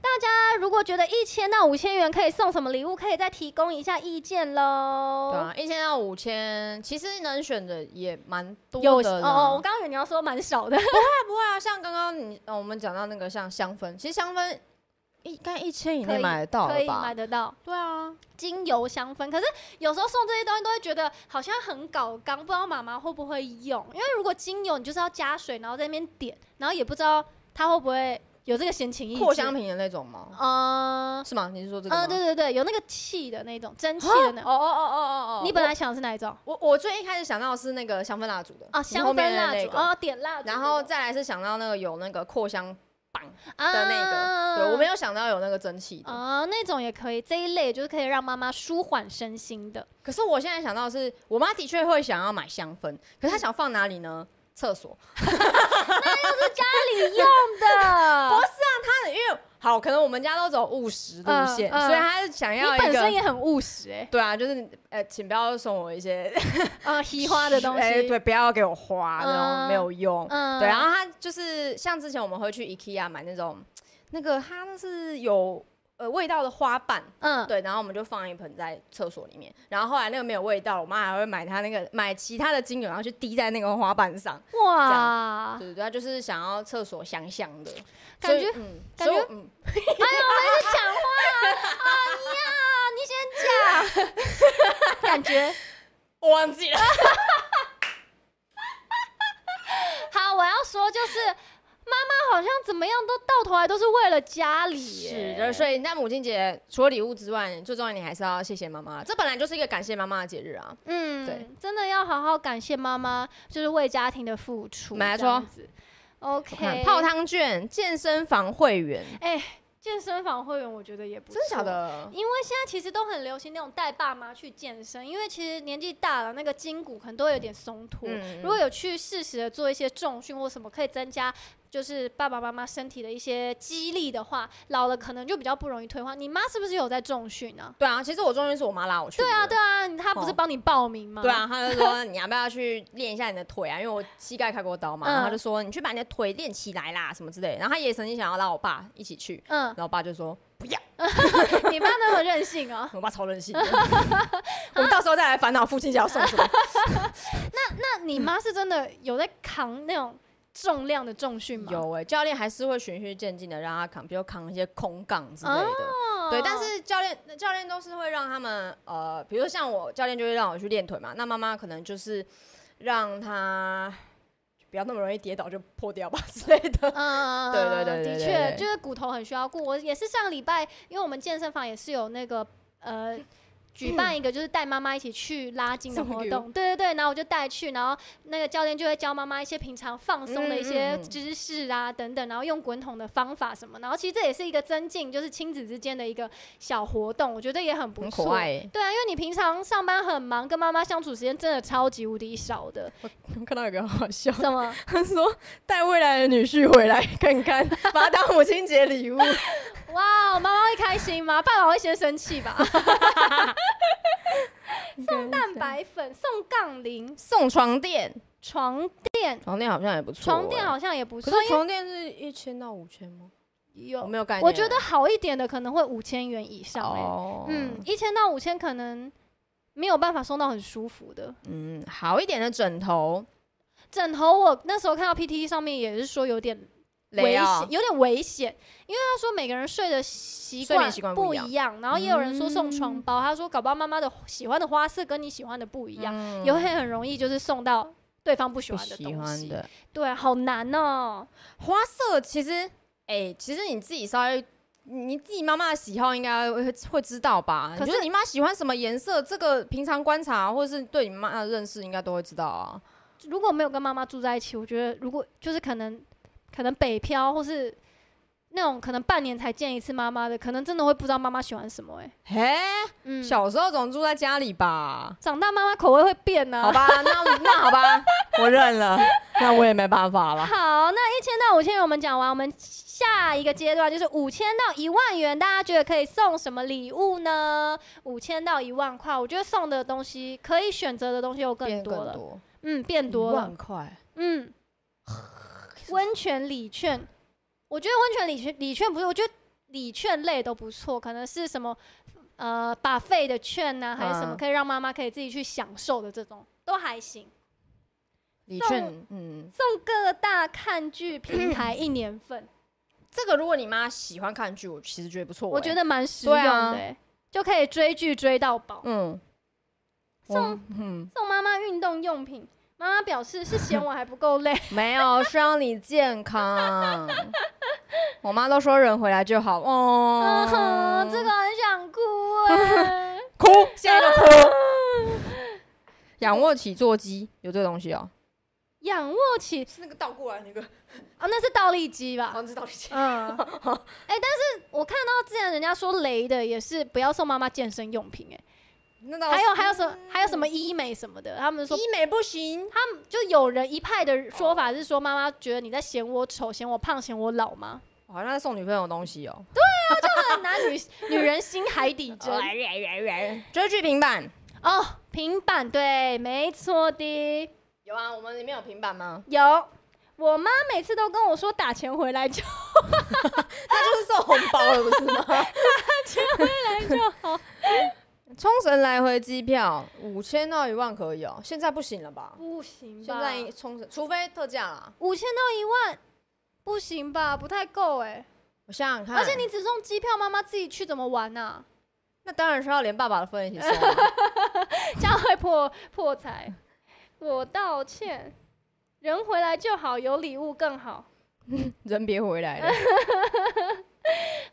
大家如果觉得一千到五千元可以送什么礼物，可以再提供一下意见喽。
对啊，一千到五千，其实能选的也蛮多
有
的
哦
呢。
哦，我刚刚以为你要说蛮少的，
不会啊，像刚刚你、呃我们讲到那个像香氛，其实香氛一该一千以
可
内
以
买得到
可
了
以买
吧？
得到
对啊，
精油香氛。可是有时候送这些东西都会觉得好像很搞刚，不知道妈妈会不会用。因为如果精油，你就是要加水，然后在那边点，然后也不知道她会不会有这个闲情逸致。
扩香瓶的那种吗？
嗯，
是吗？你是说这个吗？
嗯，对对对，有那个气的那种蒸汽的那种。
哦哦哦哦哦哦！
你本来想的是哪一种？
我我最一开始想到的是那个香氛蜡烛的
哦
啊，
你
香
后
氛
面的
蜡
那
烛
个
哦，点蜡烛那种，
然后再来是想到那个有那个扩香
啊
的那个，对我没有想到有那个蒸汽的。
哦
啊，那种也可以，这一类就是可以让妈妈舒缓身心的。
可是我现在想到的是，我妈的确会想要买香氛，可是
嗯
她想放哪里呢？厕所。
是家里用的，
不是啊，她因为好，可能我们家都走务实路线，
嗯嗯
所以他想
你
要一
本身
个。
也很务实
欸
哎、
对啊，就是呃，请不要送我一些
哦
呃，喜花的东 西，
哎对，不要给我花那种
嗯
没有用。
嗯
对，然后他就是像之前我们会去 IKEA 买那种，那个它那是有呃味道的花瓣，
嗯，
对，然后我们就放一盆在厕所里面。然后后来那个没有味道，我妈还会买它那个买其他的精油，然后去滴在那个花瓣上。
哇，
对对，她就是想要厕所香香的
感
所以
觉
嗯，
感
所以
觉
我嗯，
哎 感觉
我忘记了。
好，我要说就是，妈妈好像怎么样都到头来都是为了家里耶，
是的，所以在母亲节除了礼物之外，最重要你还是要谢谢妈妈。这本来就是一个感谢妈妈的节日啊。对
嗯，真的要好好感谢妈妈，就是为家庭的付出，
没错
这样子。
我看
OK，
嗯泡汤券、健身房会员，
哎、健身房会员我觉得也不
真的假
错？
的？
因为现在其实都很流行那种带爸妈去健身，因为其实年纪大了，那个筋骨可能都会有点松脱。
嗯
如果有去适时的做一些重训或什么，可以增加就是爸爸妈妈身体的一些肌力的话，老了可能就比较不容易退化。你妈是不是有在重训啊？
对啊，其实我中间是我妈拉我去。
对啊，对。啊，她不是
哦
帮你报名 吗？
对啊，她就说你要不要去练一下你的腿啊？因为我膝盖开过刀嘛，
嗯
然后她就说你去把你的腿练起来啦，什么之类的。然后她也曾经想要拉我爸一起去，
嗯
然，后我爸就说，
你妈那么任性哦、
我爸超任性的，我们到时候再来烦恼父亲节要送什 么。
那你妈是真的有在扛那种重量的重训吗？
有哎、教练还是会循序渐进的让他扛，比如扛一些空杠之类的。
哦
对，但是教练教练都是会让他们呃，比如说像我教练就会让我去练腿嘛，那妈妈可能就是让他不要那么容易跌倒就破掉吧之类的。
嗯，
对对对对对
的确，
对
就是骨头很需要顾。我也是上礼拜，因为我们健身房也是有那个呃。举办一个就是带妈妈一起去拉筋的活
送礼
动，对对对，然后我就带去，然后那个教练就会教妈妈一些平常放松的一些
嗯嗯嗯
知识啊等等，然后用滚筒的方法什么，然后其实这也是一个增进就是亲子之间的一个小活动，我觉得也很 不
很
错。
可爱、欸，
对啊，因为你平常上班很忙，跟妈妈相处时间真的超级无敌少的。
我看到有个很好笑，
怎么？
他说带未来的女婿回来看看，把他当母亲节礼物。
哇，妈妈会开心吗？爸爸会先生气 吧？
送
蛋白粉送杠 铃、
送床垫，
床垫，
床垫好像也不错、欸
床垫，好像也不
可
错，
是
因为
床垫是一千到五千吗？我
有
没有概念。
我觉得好一点的可能会五千元以上、欸，
啊哦，
嗯，一千到五千可能没有办法送到很舒服的
嗯，好一点的枕头，
枕头。我那时候看到 PTT 上面也是说有点危
雷哦奥
险，有点危险，因为他说每个人睡的习
睡眠
惯
习惯不
不
一样嗯
一样，然后也有人说送床包，他说搞不好妈妈的喜欢的花色跟你喜欢的不一样，
嗯
也会很容易就是送到对方不喜
不
欢的
喜
东
欢
西。
的
对，好难哦、
花色，其实，哎、其实你自己稍微。你自己妈妈的喜好应该会会知道吧？
可
就是是你妈喜欢什么颜色，这个平常观察或者是对你妈的认识应该都会知道啊。
如果没有跟妈妈住在一起，我觉得如果就是可能可能北漂或是那种可能半年才见一次妈妈的，可能真的会不知道妈妈喜欢什么、欸。
嘿、
嗯，
小时候总住在家里吧？
长大妈妈口味会变啊呢、
好 吧，那那好吧，我认了，那我也没办法了。
好，那一千到五千元我们讲完，我们下一个阶段就是五千到一万元，大家觉得可以送什么礼物呢？五千到一万块，我觉得送的东西可以选择的东西又更
变
多了，
多，
嗯，变多
一
了
万，块，
嗯，温泉礼券，我觉得温泉礼券礼券不是，我觉得礼券类都不错，可能是什么呃把费的券呐、还是什么
嗯
可以让妈妈可以自己去享受的这种，都还行。
礼
送
券，嗯，
送各大看剧平 台一年份，
这个如果你妈喜欢看剧，我其实觉得不错、欸
我觉
得，
得蛮实用的、
对啊
欸就可以追剧追到饱。
嗯，
送
我，嗯，
送妈妈运动用品，妈妈表示是嫌我还不够累。
没有，是让你健康。我妈都说人回来就好
嗯
哦
哼，， 这个很想哭哎、
哭，现在就哭。 仰卧起坐机有这个东西哦，
仰卧起
是那个倒过来那个，
啊，那是倒立机吧？
像是倒立机。
嗯，哎、但是我看到之前人家说雷的也是不要送妈妈健身用品、欸
那嗯
哎，还有还有什么还有什么医美什么的，他们说
哦啊医美哦不行，
他们就有人一派的说法是说妈妈觉得你在嫌我丑、嫌我胖、嫌我老吗？
我好像在送女朋友东西哦、
这拿女 女人心海底针
哎追剧平板
哦，平板对，没错的。
有啊，我们里面有平板吗？
有，我妈每次都跟我说打钱回来就
那就是送红包了，不是吗？
来就好，
冲绳来回机票五千到一万可以哦、现在不行了吧？
不行
现在冲绳除非特价啦，
五千到一万，不行吧？不太够哎、
我想想看，
而且你只送机票，妈妈自己去怎么玩啊？
那当然是要连爸爸的份一起送啊、
这样会破破财。我道歉，人回来就好，有礼物更好。
人别回来了。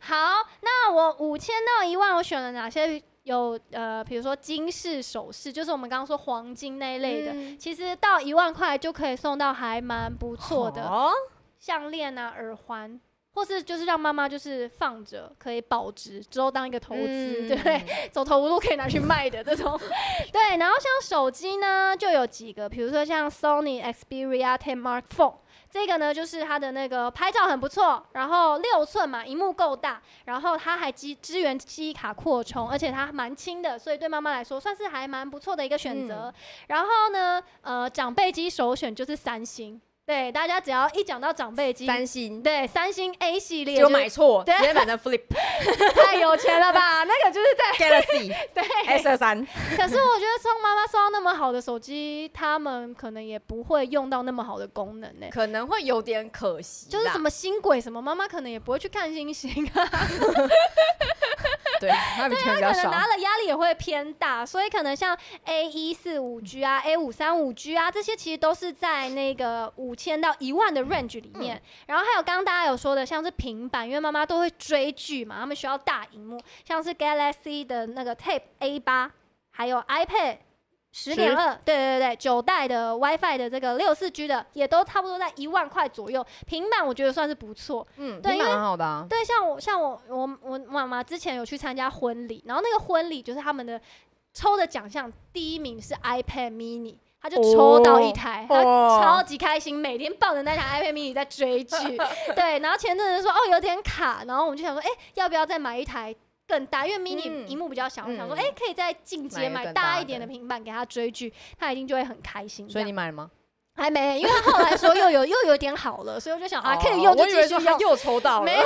好，那我五千到一万，我选了哪些？有呃，比如说金饰首饰，就是我们刚刚说黄金那一类的。
嗯
其实到一万块就可以送到还蛮不错的
哦，
项链啊、耳环，或是就是让妈妈就是放着，可以保值，之后当一个投
嗯
资，对不对？
对？
走投无路可以拿去卖的这种。 对，然后像手机呢，就有几个，比如说像 Sony Xperia 10 Mark Four。这个呢，就是它的那个拍照很不错，然后六寸嘛，荧幕够大，然后它还支支援记忆卡扩充，而且它蛮轻的，所以对妈妈来说算是还蛮不错的一个选择。然后呢，呃，长辈机首选就是三星，对，大家只要一讲到长辈机，
三星
对三星 A 系列
就买错，直
对
接买成 Flip
太有钱了 吧？那个就是在
Galaxy
对
S 二三。
可是我觉得送妈妈送到那么好的手机，他们可能也不会用到那么好的功能呢、
可能会有点可惜啦，
就是什么星轨什么，妈妈可能也不会去看星星啊，
对，他比钱比
可
较
能
少。
拿了压力也会偏大，所以可能像 A 一四五 G 啊、A 五三五 G 啊，这些其实都是在那个五千到一万的 range 里
嗯
面。然后还有刚刚大家有说的，像是平板，因为妈妈都会追剧嘛，他们需要大荧幕，像是 Galaxy 的那个 Tape A 八，还有 iPad。十点二，对对对，九代的 WiFi 的这个六四 G 的也都差不多在一万块左右。平板我觉得算是不错，
嗯，
对
挺
因为
蛮好的啊。
对，像我像我我我妈妈之前有去参加婚礼，然后那个婚礼就是他们的抽的奖项，第一名是 iPad mini。她就抽到一台，她
哦
超级开心，每天抱着那台 iPad mini 在 追剧，对。然后前阵子说哦有点卡，然后我们就想说，哎、要不要再买一台更大？因为 mini
嗯
荧幕比较小，我想说，
嗯
哎、可以再进
买一
阶
个
买
更
大
大
一点的
的
平板给她追剧，她一定就会很开心。
所以
这
你
样
买了吗？
还没，因为她后来说又有又有点好了，所以 我就想啊，可以用就
哦我
继
以
续
为
用。
说他又抽到了，
没有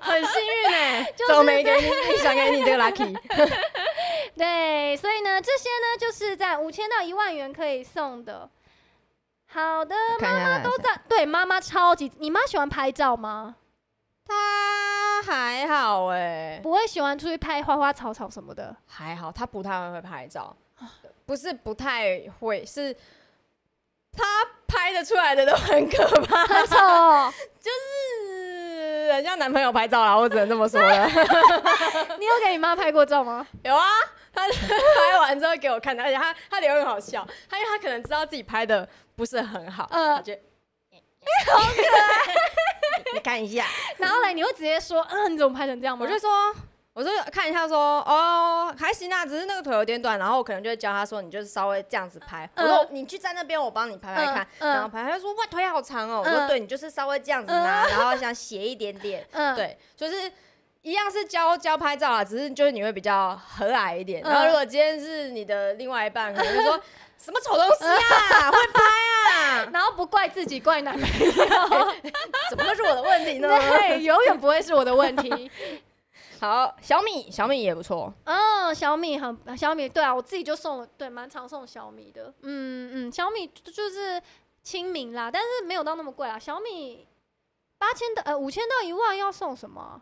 很幸运哎，
欸 就是
怎么没给你？想给你这个 lucky，
对，所以呢，这些呢就是在五千到一万元可以送的。好的，
看一下
都在对妈妈超级，你妈喜欢拍照吗？
他还好哎，
不会喜欢出去拍花花草草什么的。
还好，他不太会拍照，不是不太会，是他拍的出来的都很可怕，
很丑哦，
就是很像男朋友拍照啦，啊我只能这么说了。
你有给你妈拍过 照吗？
有啊，他拍完之后给我看的，而且他他留言很好笑，他因为他可能知道自己拍的不是很好，
嗯
他觉 得好可爱，你看一下，
然后来你会直接说，嗯，你怎么拍成这样吗？
我就说。我就看一下说，哦，还行啊，只是那个腿有点短，然后我可能就会教他说，你就是稍微这样子拍。
嗯
我说你去站那边，我帮你拍拍看。
嗯嗯
然后拍，他就说哇腿好长哦。
嗯
我说对，你就是稍微这样子拿，然后想斜一点点。
嗯，
对，就是一样是教教拍照啊，只是就是你会比较和蔼一点。
嗯
然后如果今天是你的另外一半，可能就 说什么丑东西啊，会拍啊，
然后不怪自己，怪男朋友，
怎么都是我的问题呢？
对，永远不会是我的问题。
好，小米小米也不错，
哦，小米很小米，对啊，我自己就送了，对，蛮常送小米的。嗯嗯，小米就就是亲民啦，但是没有到那么贵啊。小米八千的呃五千到一万要送什么啊？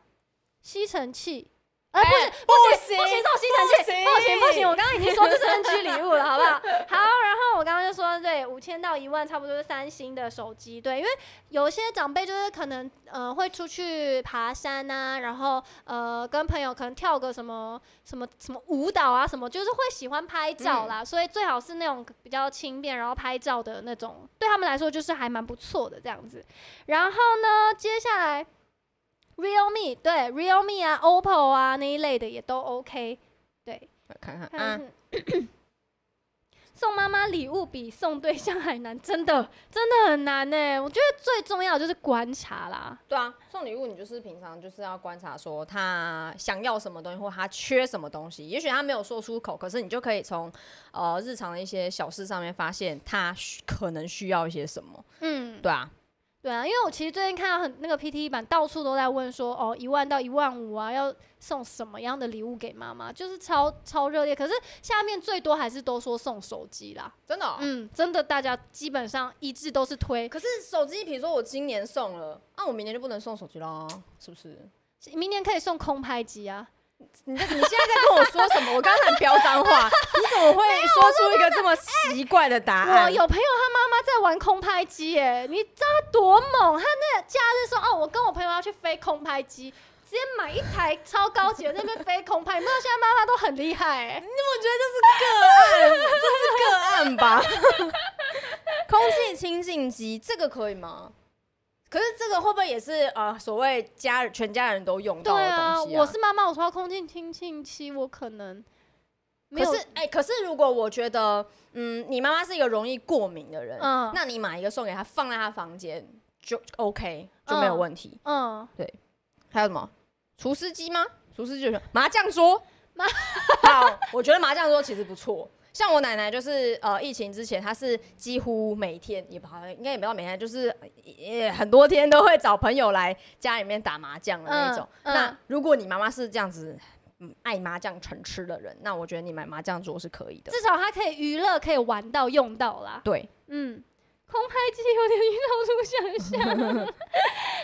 吸尘器。呃，不行，不行，不行，送吸尘器，不
不
行，
行
不行，我刚刚已经说这是 NG 礼物了，好不好？好，然后我刚刚就说，对，五千到一万，差不多是三星的手机，对，因为有些长辈就是可能，呃，会出去爬山呐，然后呃，跟朋友可能跳个什么什么什么舞蹈啊，什么就是会喜欢拍照啦，所以最好是那种比较轻便，然后拍照的那种，对他们来说就是还蛮不错的这样子。然后呢，接下来 Realme 对 Realme 啊、OPPO 啊那一类的也都 OK，对，
看看
看
啊，
是 送妈妈礼物比送对象还难，真的真的很难呢、欸我觉得最重要的就是观察啦，
对啊，送礼物你就是平常就是要观察说他想要什么东西，或他缺什么东西。也许他没有说出口，可是你就可以从呃日常的一些小事上面发现他需可能需要一些什么。
嗯，
对啊，
对啊，因为我其实最近看到很那个 PT 版到处都在问说，哦，一万到一万五啊，要送什么样的礼物给妈妈，就是超超热烈。可是下面最多还是都说送手机啦，
真的哦、
嗯，真的大家基本上一致都是推，
可是手机，比如说我今年送了，那、我明年就不能送手机啦，是不是？
明年可以送空拍机啊，
你在你现在在跟我说什么？我刚才很飙脏话，你怎么会说出一个这么奇怪的答
我
案？
有朋友他妈妈在玩空拍机耶，你知道他多猛？他那假日说哦，我跟我朋友要去飞空拍机，直接买一台超高级的在那边飞空拍。你知道现在妈妈都很厉 害哎，
嗯我觉得这是个案，这是个案吧。 空气清净机这个可以吗？可是这个会不会也是呃所谓家人全家人都用
对
到的东西、
啊，我是妈妈，我说到空气清净期，我可能没有
可是哎、可是如果我觉得嗯，你妈妈是一个容易过敏的人，
嗯
那你买一个送给她，放在她房间就 OK 就没有问题。
嗯，
还有什么厨师机吗？厨师机就是麻将桌。
麻
好， 我觉得麻将桌其实不错。像我奶奶就是呃，疫情之前她是几乎每天也不好像应该也不要每天，就是呃也很多天都会找朋友来家里面打麻将的那一种。
嗯嗯
那如果你妈妈是这样子，嗯，爱麻将成痴的人，那我觉得你买麻将桌是可以的。
至少他可以娱乐，可以玩到用到啦。
对，
嗯，空拍机有点遇到出想象。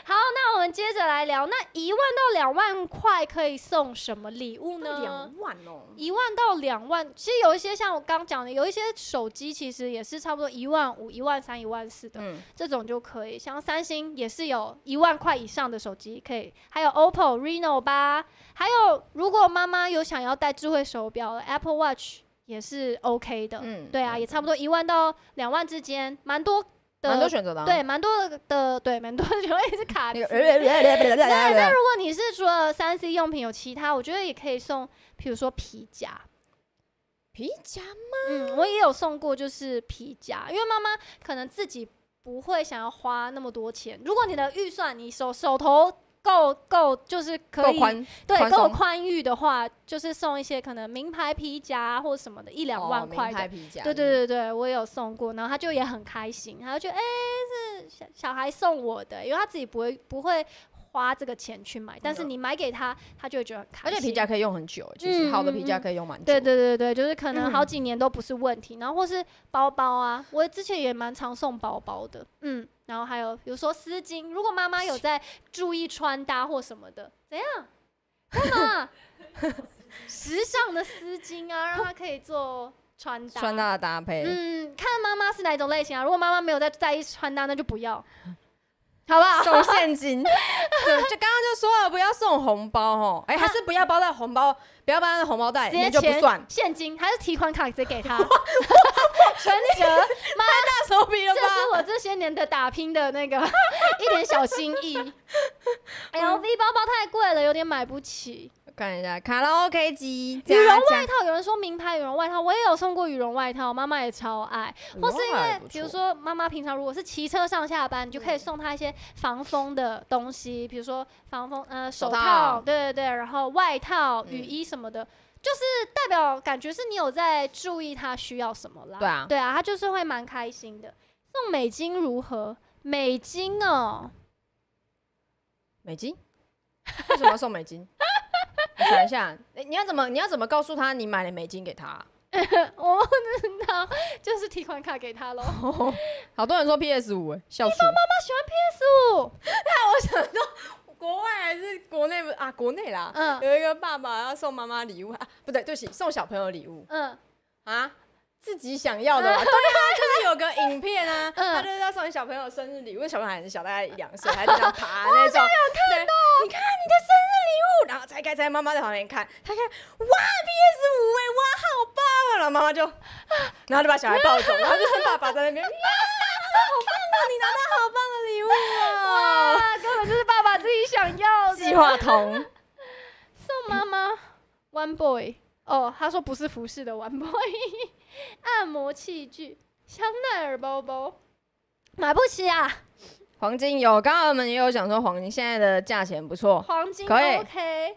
好，那我们接着来聊，那一万到两万块可以送什么礼物呢？
两万哦、
一万到两万，其实有一些像我刚讲的，有一些手机其实也是差不多一万五、一万三、一万四的、
嗯，
这种就可以。像三星也是有一万块以上的手机可以，还有 OPPO、Reno 八，还有如果妈妈有想要戴智慧手表，Apple Watch 也是 OK 的。
嗯
对啊，也差不多一万到两万之间，蛮多
蛮多
的。
选择的、啊。
对，蛮多的，对，蛮多的， 我也是卡
那
词
个，。 那
那如果你是除了三 C 用品有其他，我觉得也可以送，比如说皮夹。
皮夹
嗯，我也有送过，就是皮夹，因为妈妈可能自己不会想要花那么多钱。如果你的预算，你手手头够够，就是可
够
以
宽，
对
宽
够
松
宽裕的话，就是送一些可能名牌皮夹啊或什么的，一两万块
哦名
的。
牌皮夹，
对对对对，我有送过，然后他就也很开心，他就觉得哎、是小小孩送我的，因为他自己不会不会花这个钱去买，但是
嗯
你买给他，他就会觉得很开
而
心。
且皮夹可以用很久，其实
嗯
好的皮夹
嗯嗯
可以用蛮久。
对对对对，就是可能
嗯
好几年都不是问题，然后或是包包啊，我之前也蛮常送包包的，嗯，然后还有比如说丝巾，如果妈妈有在注意穿搭或什么的，怎样？干嘛？时尚的丝巾啊，让她可以做穿搭。
穿搭的搭配，
嗯，看妈妈是哪一种类型啊？如果妈妈没有在在意穿搭，那就不要，好 不好？
送现金，对，就刚刚就说了，不要送红包哦，哎，还是不要包在红包，不要包在红包袋里
直接
面就不
钱
算，
现金还是提款卡直接给她全 额。
大手笔了
这
吧？
是我这些年的打拼的那个一点小心意。LV 哎包包太贵了，有点买不起。
看一下卡拉 OK 机，
羽绒外
加，
套，有人说名牌羽绒外套，我也有送过羽绒外套，妈妈也超爱。或是因为比如说妈妈平常如果是骑车上下班，你就可
嗯
以送她一些防风的东西，比如说防风呃手
手
套，
套
对对对，然后外套、雨
嗯
衣什么的。就是代表感觉是你有在注意她需要什么啦，
对啊
对啊，她就是会蛮开心的。送美金如何？美金哦，
美金，为什么要送美金？ 我想一下，哎你要怎么你要怎么告诉他你买了美金给他啊？
我不知道，就是提款卡给 她喽。
好多人说 PS 五，哎笑死我！
素，
国外还是国内啊？国内啦，
嗯
有一个爸爸要送妈妈礼物啊，不对，对不起，送小朋友礼物
嗯，
啊，自己想要的吧？ 对啊，就是有个影片 啊，
嗯
他就是要送你小朋友生日礼物，小朋友还很小，大概一两岁，还在那爬那 种。有看到，你看你的生日礼物，然后拆开拆，妈妈在旁边看，他看哇 PS 五哎，哇好棒啊！然后妈妈就， 然后就把小孩抱走，然后就是爸爸在那边， 哇，好棒啊！你拿到好棒的礼物啊！
啊，根本就是 爸爸自己想要的。
计划通。
送妈妈，One Boy，
哦，他说不是服饰的 One Boy，按摩器具、香奈儿包包，
买不起啊，
黄金有，刚刚我们也有讲说黄金现在的价钱不错，
黄金
可以
OK，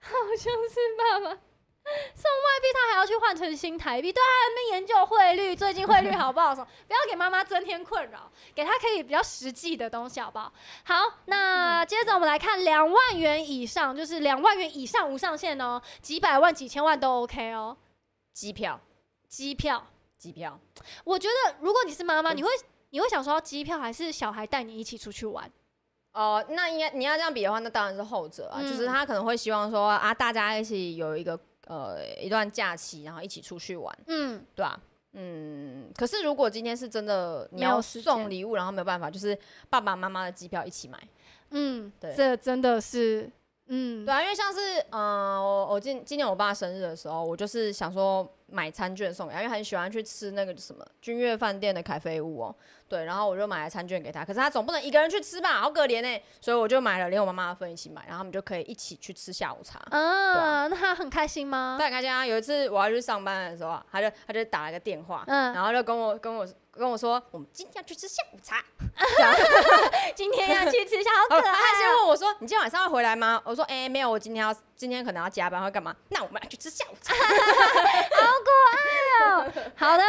好像是爸爸。
他还要去换成新台币，对啊，还在那边研究汇率，最近汇率好不好？什么不要给妈妈增添困扰，给她可以比较实际的东西，好不好？好，
嗯
那接着我们来看两万元以上，就是两万元以上无上限哦，几百万、几千万都 OK 哦。
机票，
机票，
机票，
我觉得如果你是妈妈，
我
你会你会想说机票还是小孩带你一起出去玩？
哦、那应该你要这样比的话，那当然是后者啊，
嗯
就是他可能会希望说啊，大家一起有一个呃一段假期，然后一起出去玩，
嗯，
对吧、嗯，可是如果今天是真的你
没有
要
时间
送礼物，然后没有办法，就是爸爸妈妈的机票一起买，
嗯，
对
这真的是，嗯，
对啊，因为像是嗯、呃我我今今年我爸生日的时候，我就是想说买餐券送给他，因为很喜欢去吃那个什么君悦饭店的凯菲屋哦，对，然后我就买了餐券给他，可是他总不能一个人去吃吧，好可怜哎、所以我就买了连我妈妈的份一起买，然后他们就可以一起去吃下午茶。
啊，那他很开心吗？
但很开心啊！有一次我要去上班的时候啊，他就他就打了个电话，
嗯
然后就跟我跟我跟我说，我们今天要去吃下午茶。
今天要去吃，小可
哦
爱
他先
哦。
问我说：“你今天晚上会回来吗？”我说：“哎、没有，我今天要今天可能要加班，会干嘛？那我们要去吃下午茶。
好的，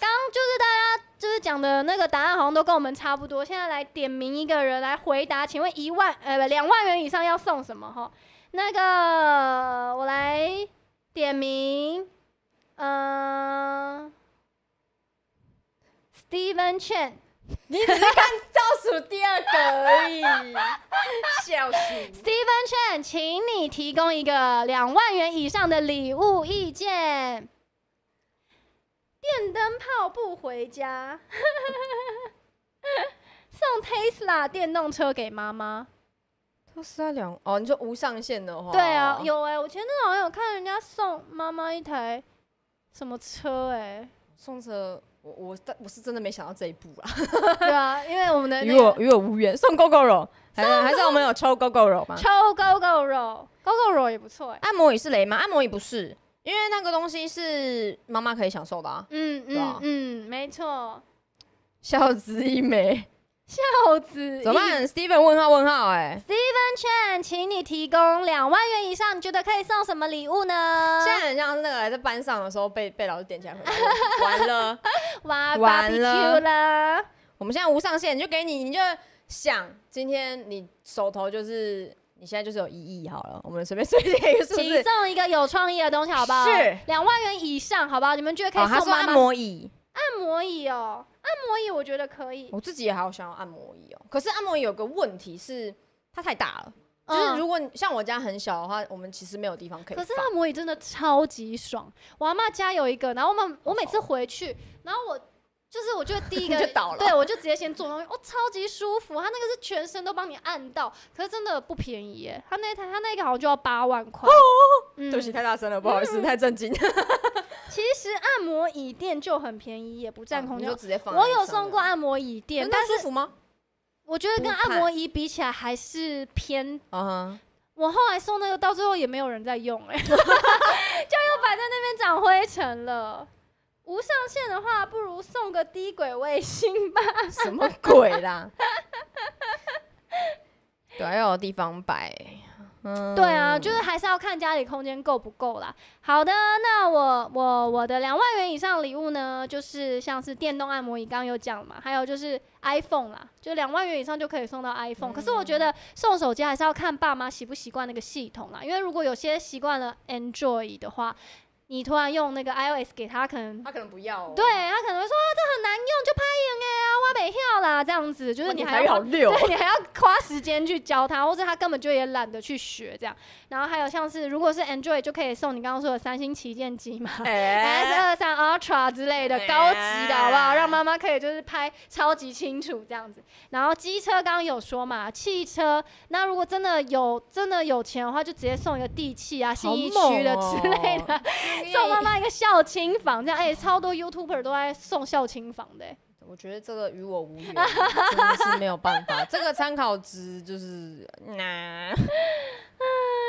刚刚就是大家就是讲的那个答案好像都跟我们差不多，现在来点名一个人来回答，请问一万呃不两万元以上要送什么哈？那个我来点名，嗯、s t e v e n Chen，
你只是看倒数第二个而已， 笑死！
Steven Chen，请你提供一个两万元以上的礼物意见。电灯泡不回家， 送 Tesla 电动车给妈妈。
都是要两哦，你说无上限的话，
对啊，有哎、我前阵子好像有看人家送妈妈一台什么车 哎、
送车。我我但我是真的没想到这一步啊，
对啊，因为我们的
与
那
我
个
与我无缘。呃送 GoGo 肉，还是还是我们有抽 GoGo 肉吗？
抽 Go Go 肉，Go Go 肉也不错哎、
按摩椅是雷吗？按摩椅不是，因为那个东西是妈妈可以享受的啊。
嗯
对啊
嗯嗯，没错，
孝子一 枚，
豆子
怎么办？Steven 问号问号哎、
Chen，请你提供两万元以上，你觉得可以送什么礼物呢？
现在很像是那个在班上的时候被被老师点起来回答问题， 完了，
哇
完
b
了
a 了，
我们现在无上限，你就给你，你就想今天你手头就是你现在就是有一亿好了，我们随便随便一个数
请
字。哦
送一个有创意的东西，好不好？
是
两万元以上，好不好？你们觉得可
哦，
以
他
送
说
妈
按
妈、
摩椅，
按摩椅哦？按摩椅我觉得可以，
我自己也好想要按摩椅哦。可是按摩椅有个问题是，它太大了，哦就
嗯
是如果你像我家很小的话，我们其实没有地方可以
可
放。
是按摩椅真的超级爽，我阿妈家有一个，然后我们我每次回去，然后我就是我就会第一个
你就倒了
对我就直接先坐上去，哦，超级舒服，它那个是全身都帮你按到，可是真的不便宜耶，它那一台它那个好像就要八万块，嗯
哦对不起，太大声了，不好意思，太震惊。
其实按摩椅垫就很便宜，也不占空
哦你
间
就。直接放在
嗯我
那上的。
有送过按摩椅垫，但
但
是
舒服吗？
我觉得
不
跟
太
按摩椅比起来还是偏。
啊哈，
我后来送那个到最后也没有人在用、哎， 就又摆在那边长灰尘了。无上限的话，不如送个低轨卫星吧。
什么鬼啦？ 对啊，要有地方摆。嗯，
对啊，就是还是要看家里空间够不够啦。好的，那我我我的两万元以上礼物呢，就是像是电动按摩椅，刚刚有讲嘛，还有就是 iPhone 啦，就两万元以上就可以送到 iPhone、可是我
嗯
觉得送手机还是要看爸妈习不习惯那个系统啊啦，因为如果有些习惯了 Android 的话，你突然用那个 iOS 给他，可能
他可能不要、哦
对，他可能会说、啊、这很难用，就拍影哎啊，挖北跳啦这样子，就是
哇
你
台
还
语
要
哦好溜
对你还要花时间去教他，或者他根本就也懒得去学这样。然后还有像是如果是 Android 就可以送你刚刚说的三星旗舰机嘛。S
哎，
二三 Ultra 之类的
哎
高级的好不好？让妈妈可以就是拍超级清楚这样子。然后机车刚刚有说嘛，汽车那如果真的有真的有钱的话，就直接送一个地契啊、新一区的
哦
之类的。 送妈。妈一个孝亲房，这样哎、超多 YouTuber 都在送孝亲房的、欸。
我觉得这个与我无缘，真的 是没有办法。这个参考值就是，那、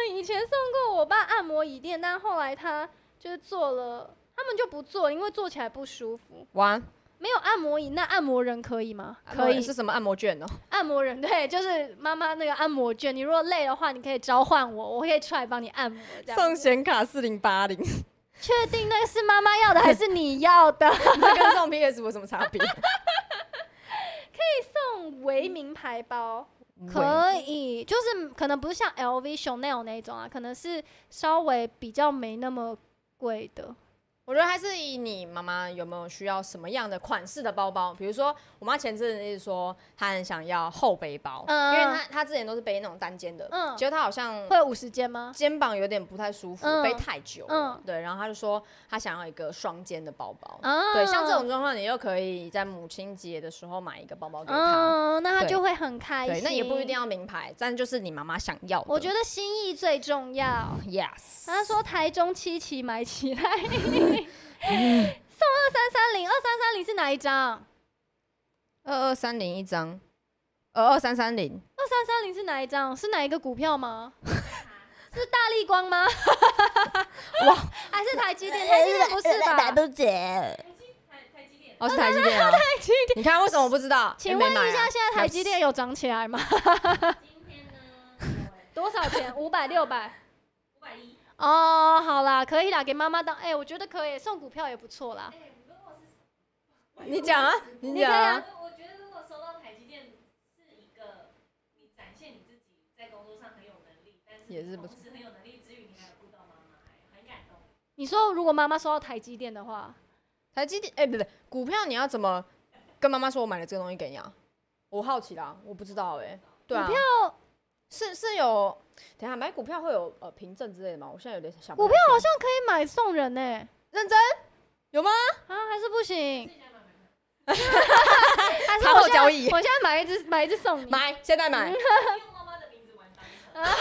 一以前送过我爸按摩椅垫，但后来他就是做了，他们就不做，因为做起来不舒服。
哇，
没有按摩椅，那按摩人可以吗？可以，
是什么按摩卷哦？
按摩人对，就是妈妈那个按摩券。你如果累的话，你可以召唤我，我可以出来帮你按摩。这样
送显卡四零八零，
确定那个是妈妈要的还是你要的？
这跟送 PS 有什么差 别？
送唯名牌包
喂
嗯可以，就是可能不是像 LV、Chanel 那一种啊，可能是稍微比较没那么贵的。
我觉得还是以你妈妈有没有需要什么样的款式的包包，比如说我妈前阵子一直说她很想要后背包，
嗯
哦因为她她之前都是背那种单肩的，
嗯
结果她好像
会有五十肩吗？
肩膀有点不太舒服，
嗯
背太久了，
嗯
对，然后她就说她想要一个双肩的包包，
啊
对，像这种状况，你又可以在母亲节的时候买一个包包给她，
嗯，那他
对
就会很开
对，
心。
那也不一定。要名牌，但就是你妈妈想要的，
我觉得心意最重要。
yes，
他说台中七期买起来，送二三三零，二三三零是哪一张？
二二三零一张，二二三三零，
二三三零是哪一张？是哪一个股 票吗？是大力光吗？
哇，
还是 台积电？台积呃电不是吧？
都姐，
哦，是台积电 啊，台积电，你看为什么我不知道？
请问
没买啊
一下，现在台积电有涨起 来吗？多少钱？五百、六百、五百一。哦，好啦，可以啦，给妈妈当。哎、我觉得可以，送股票也不错啦。
你讲啊，你
你可
讲啊
以啊，
我觉得如果收到台积电是一个你展现你自己在工作上很有能力，但
啊
也是不
同时很有能力之余，你还有顾到 妈妈，很感动。
你说如果妈妈收到台积电的话，
台积电，哎、不对，股票你要怎么跟妈妈说我买了这个东西给你啊？我好奇啦，我不知道哎、对啊，
股票
是是有，等一下买股票会有呃凭证之类的吗？我现在有点想不
股
太
票
出来
好像可以买送人呢、
认真有吗？
啊，还是不 行。还是
产
我
后
现在
交易
我现在买一只买一只送你，
买，现在买，
用妈妈的名字玩单车，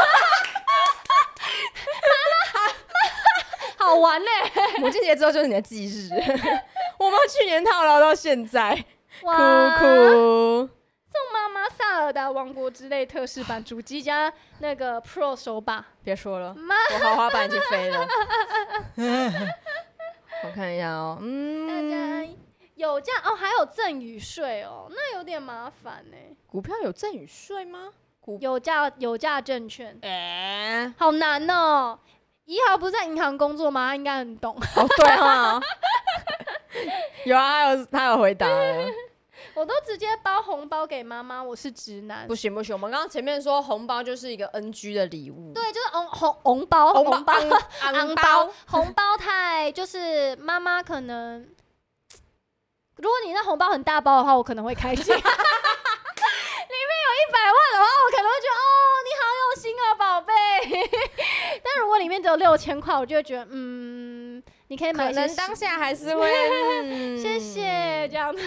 好玩呢、
母亲节之后就是你的忌日。 我们去年套牢到现在，哭
哇，
哭。
送妈妈萨尔达王国之类特仕版主机加那个 Pro 手把，
别说了，
妈
我豪华版已经飞 了。我看一下哦，
大
嗯，
家有这样哦，还有赠与税哦，那有点麻烦呢、
股票有赠与税吗？股
有价有价证券，
哎、
好难哦。怡豪不是在银行工作吗？他应该很懂。
哦，对哈，有啊，他有他有回答了，
我都直接包红包给妈妈，我是直男。
不行不行，我们刚刚前面说红包就是一个 NG 的礼物，
对，就是红红红包
哦红
红包
包 昂
红
昂
包
包，
红包太就是妈妈可能， 如果你那红包很大包的话，我可能会开心。 里面有一百万的话，我可能会觉得哦，你好有心啊，宝贝。 但如果里面只有六千块，我就会觉得嗯，你可以买
可
一些
能
食
当下还是 会，嗯
谢谢这样子。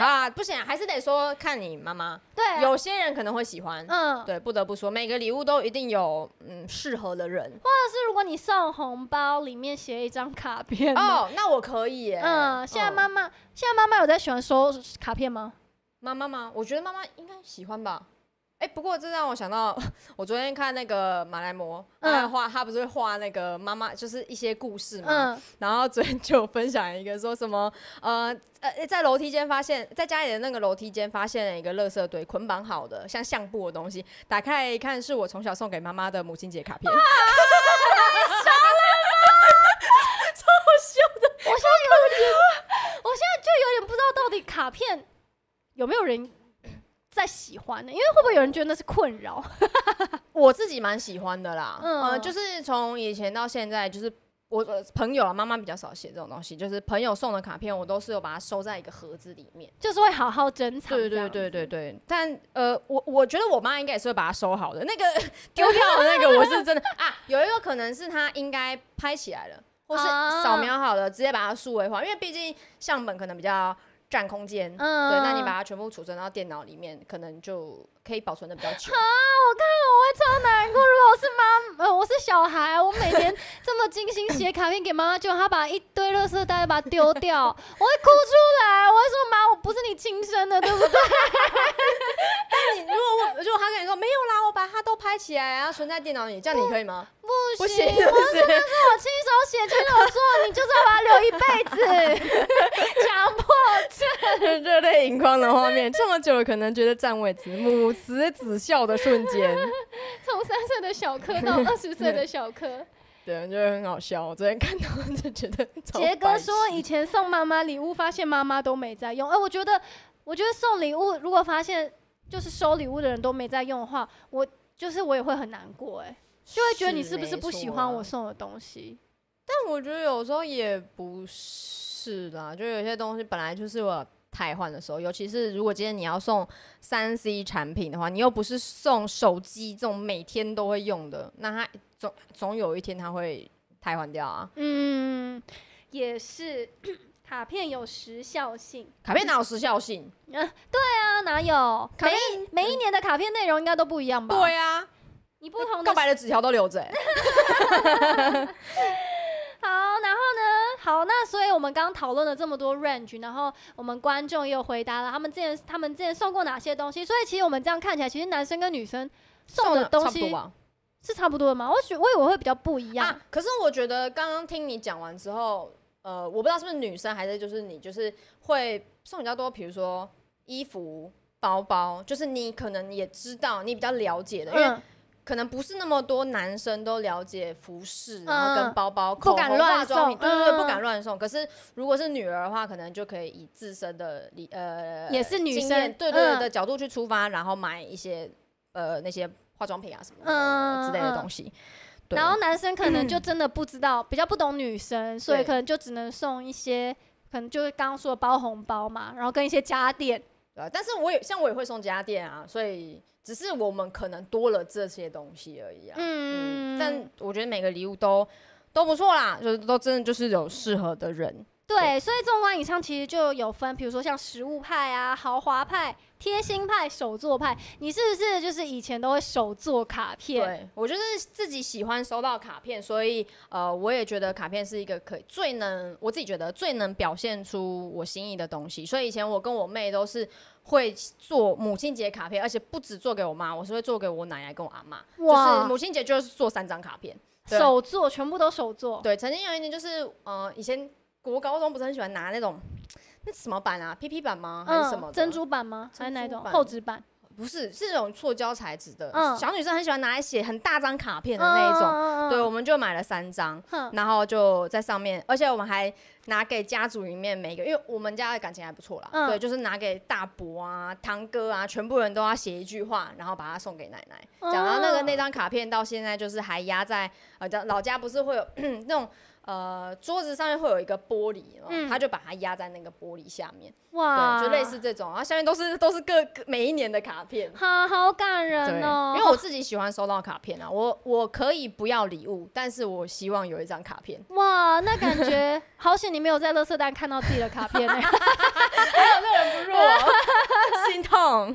啊，不行啊，还是得说看你妈妈，
对，
有些人可能会喜欢。
嗯，
对，不得不说，每个礼物都一定有嗯适合的人
或者是如果你送红包，里面写一张卡片呢。
哦。那我可以耶。
嗯，现在妈妈，现在妈妈有在喜欢收卡片吗？
妈妈吗？我觉得妈妈应该喜欢吧。哎、不过这让我想到， 我昨天看那个马来貘，
嗯
他画、他不是会画那个妈妈，就是一些故事嘛。
嗯，
然后昨天就有分享一个说什么，呃呃，在楼梯间发现，在家里的那个楼梯间发现了一个垃圾堆，捆绑好的像相布的东西，打开来一看，是我从小送给妈妈的母亲节卡片。
我现在有点，我现在就有点不知道到底卡片有没有人在喜欢呢？因为会不会有人觉得那是困扰？
我自己蛮喜欢的啦，嗯、
嗯
就是从以前到现在，就是我呃朋友啊，妈妈比较少写这种东西，就是朋友送的卡片，我都是有把它收在一个盒子里面。
就是会好好珍藏。
对
这
对
样
对
子。
对对，但呃，我我觉得我妈应该也是会把它收好的。 那个丢掉的那个，我是 真的啊，有一个可能是她应该拍起来了，或是
啊
扫描好了，直接把它数位化，因为毕竟相本可能比较占空间。
嗯
对，那你把它全部储存到电脑里面，可能就可以保存的比较 久。
我看我会超难过。如果我是妈，呃，我是小孩，我每天这么精心写卡片给妈妈，就她把一堆垃圾袋把它丢掉，我会哭出来，我会说妈，我不是你亲生的，对不对？
你如果我如果他跟你说没有啦，我把它都拍起来啊，它存在电脑里，这样你可以吗？
不
不
行，
行，
我
是不是？
亲手写亲手做，你就是要把它留一辈子，强迫症。
热泪盈眶的画面，这么久了，可能觉得占位置，母慈子孝的瞬间，
从三岁的小柯到二十岁的小柯。
对，就会很好笑。我昨天看到就觉得超白痴，
杰哥说以前送妈妈礼物，发现妈妈都没在用。哎、我觉得，我觉得送礼物如果发现就是收礼物的人都没在用的话，我就是我也会很难过、哎，就会觉得你是不是不喜欢我
没错啊？
送的东西？
但我觉得有时候也不是啦，就有些东西本来就是我。汰换的时候，尤其是如果今天你要送三 C 产品的话，你又不是送手机这种每天都会用的，那它总总有一天它会汰换掉啊。
嗯，也是。 卡片有时效性，
卡片哪有时效性？
啊，哪有？
卡片
每一每一年的卡片内容应该都不一样吧？
对啊，
你不同的
告白的纸条都留着、欸。
好，然后呢？好，那所以我们刚刚讨论了这么多 range，然后我们观众也有回答了他们之前他们之前送过哪些东西。所以其实我们这样看起来，其实男生跟女生送的东
差不多
西
吧
是差不多的嘛？我觉我以为会比较不一样。
啊，可是我觉得刚刚听你讲完之后，呃，我不知道是不是女生还是就是你，就是会送比较多，比如说衣服、包包，就是你可能也知道，你比较了解的，因为
嗯，
可能不是那么多男生都了解服饰，然后
嗯
跟包包、
不
口
敢
红、
乱
化妆品，对
送
对
嗯
对，不敢乱送。可是如果是女儿的话，可能就可以以自身的理呃
也是女
经
生
验对对
嗯
对的角度去出发，然后买一些呃那些化妆品啊什么
嗯
的之类
嗯
的东西。对
然后男生可能就真的不知道，比较不懂女生，所以
对
可能就只能送一些，可能就是刚刚说的包红包嘛，然后跟一些家电。
对啊，但是我也像我也会送家电啊，所以只是我们可能多了这些东西而已啊。
嗯，
嗯，但我觉得每个礼物都都不错啦，就是都真的就是有适合的人。
对，所以纵观以上其实就有分，比如说像食物派啊、豪华派、贴心派、手作派。你是不是就是以前都会手做卡片？
对我就是自己喜欢收到卡片，所以呃，我也觉得卡片是一个可以最能我自己觉得最能表现出我心意的东西。所以以前我跟我妹都是会做母亲节卡片，而且不止做给我妈，我是会做给我奶奶跟我阿妈。就是母亲节就是做三张卡片。对
手做全部都手做。
对，曾经有一年就是，呃，以前国高中不是很喜欢拿那种那什么板啊，PP 板吗？还是什么、
嗯珍？珠版吗？还是
珍
哪一
珠
种
版嗯
厚纸板？
不是，是那种塑胶材质的。
嗯
小女生很喜欢拿来写很大张卡片的那一种。
种
对，我们就买了三张，
哼，
然后就在上面，而且我们还拿给家族里面每个，因为我们家的感情还不错啦。
嗯
对，就是拿给大伯啊、堂哥啊，全部人都要写一句话，然后把它送给奶奶。讲到那个那
哦
张卡片，到现在就是还压在呃家老家，不是会有 那种呃桌子上面会有一个玻璃嘛，
嗯
他就把它压在那个玻璃下面，
哇，
对，就类似，这种，然后下面都是都是各各每一年的卡片。
好好感
对，
人哦。
因为我自己喜欢收到卡片啊，我我可以不要礼物，但是我希望有一张卡片。
哇，那感 觉好险你没有在垃圾袋看到自己的卡片呢。
不弱，哦 心痛。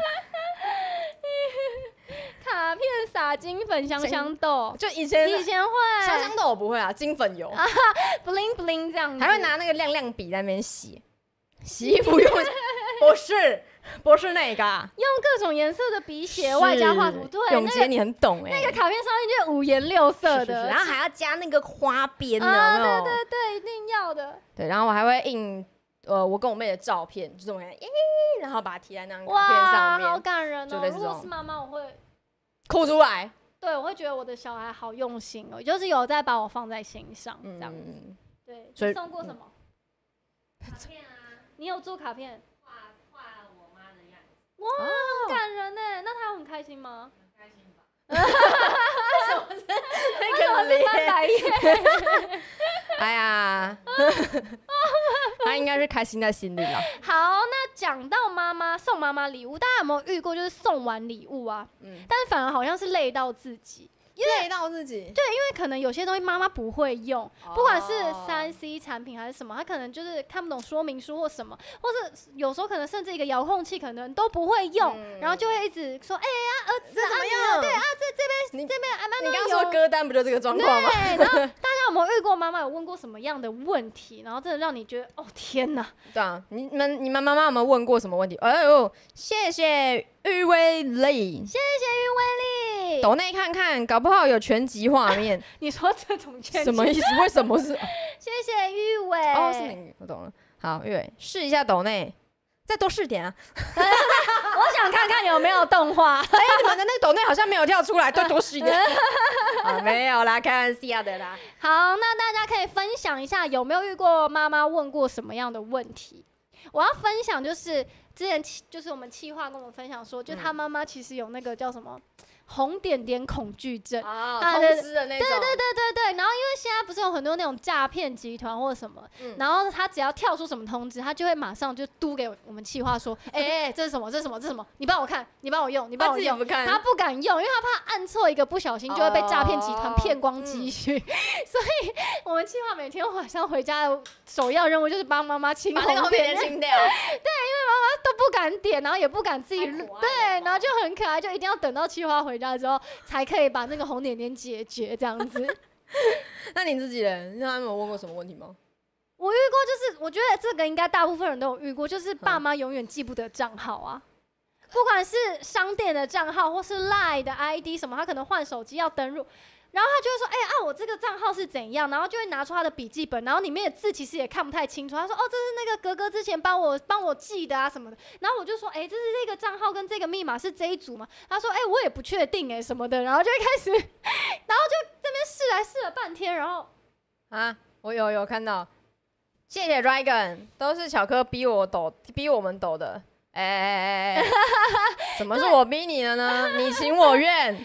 卡片撒金粉香香豆，
就以前
以前会
香香豆我不会啊，嗯金粉油，
bling bling 这样子，
还会拿那个亮亮笔在那边洗，洗 衣服用，不是不是那个啊。
用各种颜色的笔写，外加画图，
是
对，
永
那
杰
个
你很懂哎、
那个卡片上面就五颜六
是
色
是是
的，
然后还要加那个花边呢、
啊，
有没有
对对对，一定要的。
对然后我还会印呃我跟我妹的照片，就这么样，耶，然后把它贴在那张嗯卡片
哇，
上
好
面，
感人
就
哦！
类似
如
这
果
种
是妈妈，我会
哭出来，
对，我会觉得我的小孩好用心哦，就是有在把我放在心上这样。
嗯，
对，
所以
你送过什么？
卡片啊，
你有做卡片？
画画我妈的样子，
哇，
哦
很感人呢。那他很开心 吗？
很开心吧？
那个
翻
脸，
白眼，
哎呀，他应该是开心在心里了。
好，那讲到妈妈送妈妈礼物，大家有没有遇过就是送完礼物啊，
嗯，
但反而好像是累到自己，
累到自己，
因为可能有些东西妈妈不会用，
哦
不管是三 C 产品还是什么，他可能就是看不懂说明书或什么，或者有时候可能甚至一个遥控器可能都不会用，
嗯
然后就会一直说：“哎、呀，儿子
这
啊，
怎么
你
样？对啊，
这边阿
你刚
妈
刚
有
说。歌单不就这个”状
对，
况吗？
然后大家有没有遇过妈妈有问过什么样的问题，然后真的让你觉得哦天哪，
对啊，你们你们妈妈有没有问过什么问题？哎呦，谢谢玉威丽，
谢谢于威
对，
抖内看看，搞不好有全集画 面，
你说这种圈
什么意思？为什么 是？
谢谢玉伟，
哦，是你，我懂了。好，月伟试一下抖内，再多试 点啊！
我 想看看有没有动画。
哎，你们的那个抖内好像没有跳出 来，再多试一点。啊，没有啦，开玩笑的啦。
好，那大家可以分享一下有没有遇过妈妈问过什么样的问题？我要分享就是之前企就是我们企划跟我们分享说，就他妈妈其实有那个叫什么红点点恐惧症。
啊，
啊
通
对
知的那
对
种。
对对对对，然后因为现在不是有很多那种诈骗集团或什么，
嗯
然后他只要跳出什么通知，他就会马上就嘟给我们企 划说，哎、哎这是什么？这是什么？这是什么？你帮我看，你帮我用，你
哦
帮
他
我
自己
用。
不看，
他不敢用，因为他怕按错一个不小心就会被诈骗集团
哦
骗光
嗯
积蓄， 所以我们计划每天晚上回家的首要任务就是帮妈妈清
把那个
红
红
点
点
点，
清掉。
都不敢点，然后也不敢自己
太可爱了吧
对，然后就很可爱，就一定要等到计划回家之后才可以把那个红点点解决这样子。
那你自己人，那他们有问过什么问题吗？
我遇过，就是我觉得这个应该大部分人都有遇过，就是爸妈永远记不得账号啊，不管是商店的账号或是 Line 的 ID 什么，他可能换手机要登录。然后他就会说：“哎、啊，我这个账号是怎样？”然后就会拿出他的笔记本，然后里面的字其实也看不太清楚。他说：“哦，这是那个格格之前帮我帮我记的啊什么的。”然后我就说：“哎、这是这个账号跟这个密码是这一组吗？”他说：“哎、我也不确定哎、什么的。”然后就会开始，然后 就这边试来试了半天，然后
啊，我有有看到，谢谢 Dragon，都是小柯逼我抖，逼我们抖的。哎哎哎 哎哎，怎么是我逼你的呢？你情我 愿，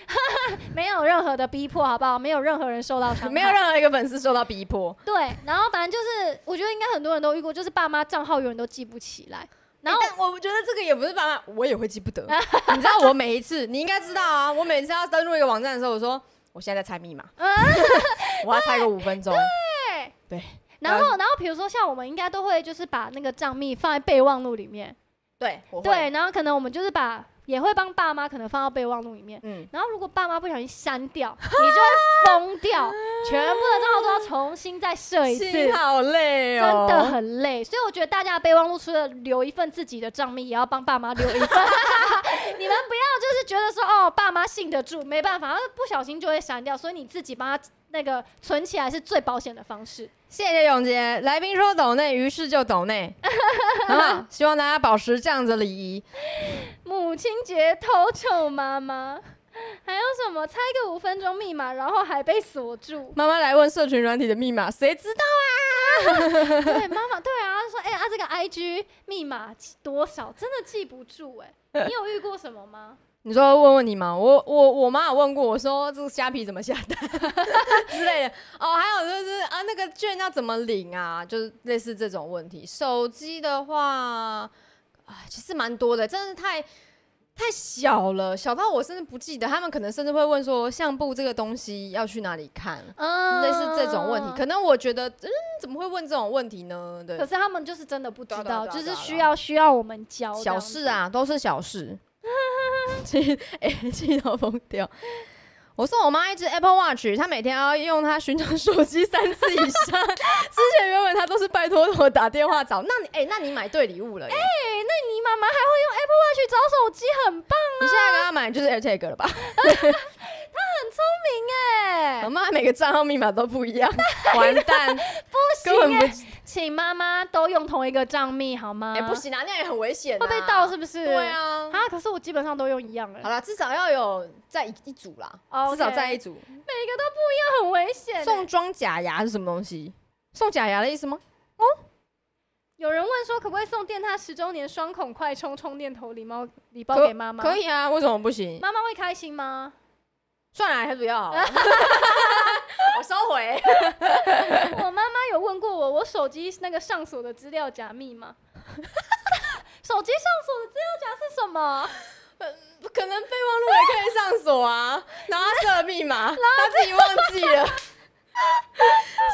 没有任何的逼迫，好不好？没有任何人受到伤害，
没有任何一个粉丝受到逼迫。
对。然后反正就是，我觉得应该很多人都遇过，就是爸妈账号永远都记不起来。然后
欸但我觉得这个也不是爸妈，我也会记不 得。你知道我每一次，你应该知道啊，我每次要登录一个网站的时候，我说我现在在猜 密码，我要猜个五分钟。
然
呃
后，然后比如说像我们应该都会就是把那个账密放在备忘录里面，
对，我会，
对。然后可能我们就是把也会帮爸妈可能放到备忘录里面。
嗯，
然后如果爸妈不小心删掉，你就会疯 掉，全部的账号都要重新再设一次。
心好累哦，
真的很累，所以我觉得大家的备忘录除了留一份自己的账密，也要帮爸妈留一份。你们不要就是觉得说哦，爸妈信得住，没办法，他不小心就会删掉，所以你自己帮他那个存起来是最保险的方式。
谢谢永杰，来宾说抖内，于是就抖内，好不好？希望大家保持这样子的礼仪。？
母亲节偷臭妈妈，还有什么猜个五分钟密码，然后还被锁住
妈妈来问社群软体的密码，谁知道？
对，妈妈对啊，她说哎、啊这个 IG 密码多少，真的记不住哎、你有遇过什么吗？
你说问问你吗？我我我妈有问过我说这个虾皮怎么下单 之类的。哦，还有就是啊，那个券要怎么领啊？就是类似这种问题。手机的话，啊，其实蛮多的，真的太太小了，小到我甚至不记得。他们可能甚至会问说相簿这个东西要去哪里看。
嗯
类似这种问题，可能我觉得，嗯，怎么会问这种问题呢？对
可，是他们就是真的不知
对啊对啊
道，
对啊
就是
对啊
需要需要我们教这
小
样子
事。啊，都是小事。 气，哎、气到疯掉！我送我妈一只 Apple Watch，她每天要用它寻找手机三次以上。 之前原本她都是拜托我打电话找，那你哎、那你买对礼物了耶。
哎、那你妈妈还会用 Apple Watch 找手机，很棒
你现在给她买就是 AirTag 了吧？
哎、
我妈每个账号密码都不一样，完蛋，
不
根本
行
不啊
哎、请妈妈都用同一个账密好吗？
哎、不，行啊，那样也很危险、啊，
会被盗是不是？
对。啊。
啊，可是我基本上都用一样 哎、
好啦，至少要有在一一组啦
哦
至少
OK
在一组。
每个都不一样，很危险、
送
欸。
装假牙是什么东西？送假牙的意思吗？
有人问说，可不可以送电踏十周年双孔快充充电头礼包礼包
可
给妈妈？
可，以啊，为什么不行？
妈妈会开心吗？
算了，还是不 要好了。我收回。
我妈妈有问过我，我手机那个上锁的资料夹密码。 手机上锁的资料夹是什么？
不可能备忘录也可以上锁 啊，然后他设密码，他自己忘记了，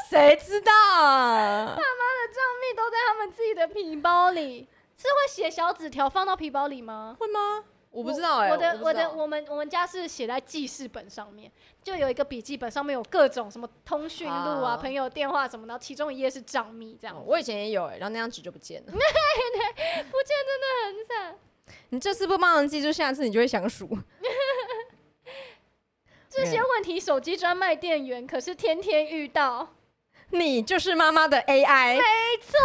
谁知道 啊？
爸妈的账密都在他们自己的皮包里，是会写小纸条放到皮包里吗？
会吗？我不知道哎、
我的
不
我
知道
的我们我们家是写在记事本上面，就有一个笔记本，上面有各种什么通讯录啊、
啊
朋友电话什么，然后其中一页是账密这样
哦
子，
我以前也有哎、然后那张纸就不见了。
不见真的很惨。
你这次不帮人记住，下次你就会想数。
这些问题手机专卖店员可是天天遇到。
你就是妈妈的 AI，
没错，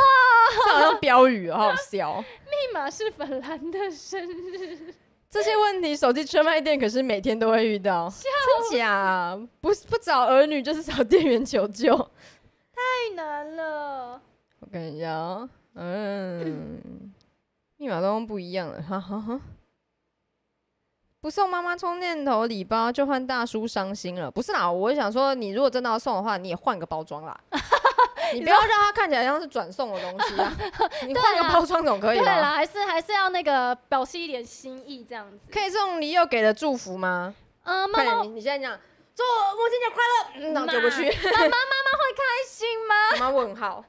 这好像标语，好好笑。
密码是粉兰的生日，
这些问题，手机专卖店可是每天都会遇 到，真假啊？不不找儿女就是找店员求救。我
太难了。
看一下哦，嗯，密码都用不一样了，哈哈哈。不送妈妈充电头礼包，就换大叔伤心了。不是啦，我想说，你如果真的要送的话，你也换个包装 啦。你不要让它看起来像是转送的东西 啊！你换
对
个
啊
包装总可以
对
吧？
啦，还是还是要那个
表示一点心意这样子。呃
可以送你又给的祝福吗？
嗯，妈
快
妈
点，你你现在讲，祝我母亲节快乐，嗯，然后丢过去，
开心吗？
妈妈问号，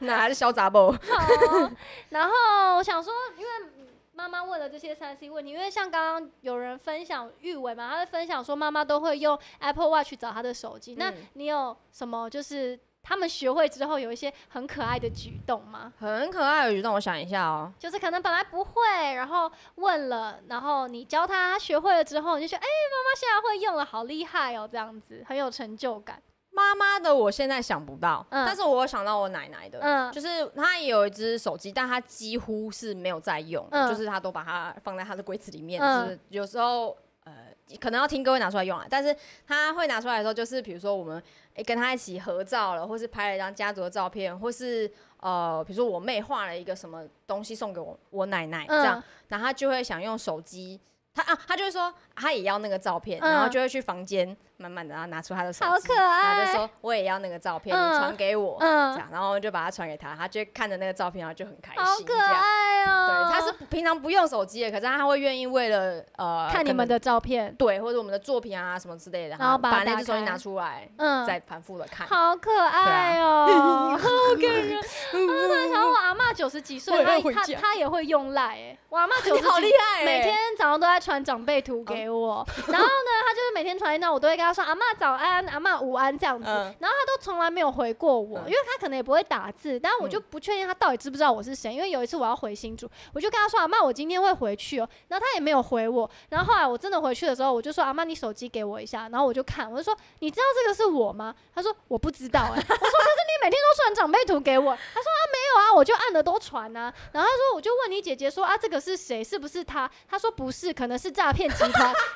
哪来的小杂包？
好哦、然后我想说，因为妈妈问了这些三 C 问题，因为像刚刚有人分享玉伟嘛，他在分享说妈妈都会用 Apple Watch 找她的手机。那
嗯
你有什么就是他们学会之后有一些很可爱的举动吗？
很可爱的举动，我想一下哦。
就是可能本来不会，然后问了，然后你教他，他学会了之后，你就说：“哎、妈妈现在会用了，好厉害哦！”这样子很有成就感。
妈妈的我现在想不到，
嗯
但是我有想到我奶奶的，
嗯
就是她也有一只手机，但她几乎是没有在用，
嗯
就是她都把它放在她的柜子里面，
嗯
就是有时候。呃，可能要听歌会拿出来用啊，但是她会拿出来的时候，就是比如说我们、诶跟她一起合照了，或是拍了一张家族的照片，或是呃，比如说我妹画了一个什么东西送给我我奶奶这
嗯
样，然后她就会想用手机，她啊，她就会说她也要那个照片，
嗯
然后就会去房间慢慢的，然后拿出她的手机，
好可
他就
爱。
说我也要那个照片，
嗯
你传给我，这
嗯，
样，然后就把他传给他，他就看着那个照片，然后就很开
好
心，这
可
样。
爱
对，
哦。
他是平常不用手机的，可是他会愿意为了呃
看你们
可能
的照片，
对或者我们的作品啊什么之类的，
然后把它
把那
打
只手机
开
拿出来，
嗯，
再反复的看。
好可
啊
爱 哦、好感人。我突然想，我阿妈九十几岁，
我也
她
会
她
讲
她也会用赖哎、我阿妈九
你
十
好
几
厉害欸，
每天早上都在传长辈图给我，然后呢，她就是每天传一张，我都会跟她说阿妈早安，阿妈午安这样子，
嗯
然后她都从来没有回过我，
嗯
因为她可能也不会打字，但我就不确定她到底知不知道我是谁，因为有一次我要回新竹，我就跟她说阿妈我今天会回去哦，然后她也没有回我，然后后来我真的回去的时候，我就说阿妈你手机给我一下，然后我就看，我就说你知道这个是我吗？她说我不知道哎、我说可是你每天都传长辈图给我，她说啊没有啊，我就按了都传啊，然后他说，我就问你姐姐说啊，这个是谁？是不是他？他说不是，可能是诈骗集团，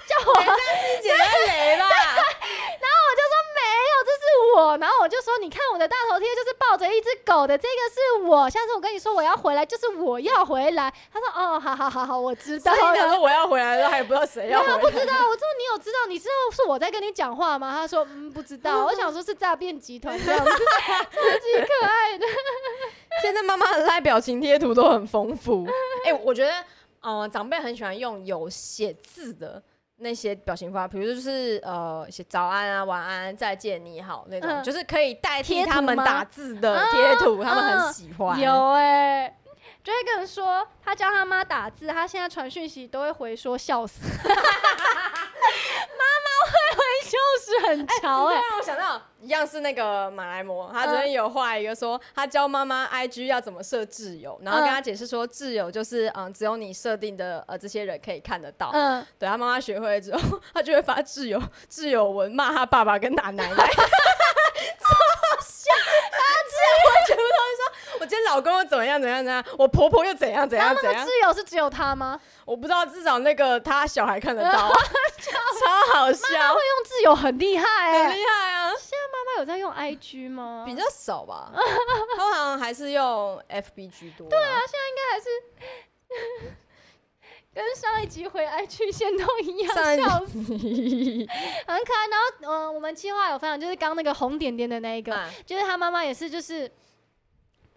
叫我，然后
你姐姐 雷吧，
我就说没有，这是我。然后我就说，你看我的大头贴就是抱着一只狗的，这个是我。下次我跟你说我要回来，就是我要回来。他说哦，好好好好，我知道
所以你想
了。
说我要回来了，还不知道谁要
然后
回
他
来
不。知道，我说你有知道？你知道是我在跟你讲话吗？他说嗯，不知 道。我想说是诈骗集团这样子，超级可爱的。
现在妈妈的赖表情贴图都很丰富。 哎、我觉得，嗯、长辈很喜欢用有写字的那些表情符号，比如就是呃，写早安啊、晚安、再见、你好那种，
嗯
就是可以代替
贴图
他们
吗
打字的贴图，他们很
嗯
喜欢。
有哎、就会跟人说，他教他妈打字，他现在传讯息都会回说 笑死。妈妈会回笑死，很潮
这
哎、
让我想到，一样是那个马来貘，他昨天有画一个说，他教妈妈 IG 要怎么设挚友，然后跟他解释说，挚友就是嗯，只有你设定的呃这些人可以看得到。
嗯，
对他妈妈学会了之后，他就会发挚友挚友文骂他爸爸跟他奶奶， 超好笑。他挚友文全部都是说，我今天老公又怎么样怎么样怎么样，我婆婆又怎样怎
然
样
后
怎
那个
样，
挚友是只有他吗？
我不知道，至少那个他小孩看得 到，啊超好笑，
会用挚友很厉害哎、
很厉害啊，
妈妈有在用 IG 吗？
比较少吧， 通常还是用 FB 居多。对 啊，
跟上一集回 IG 线都一样，
上一集
笑死，很可爱。然后嗯、呃我们计划有分享，就是刚那个红点点的那一
啊
个，就是他妈妈也是，就是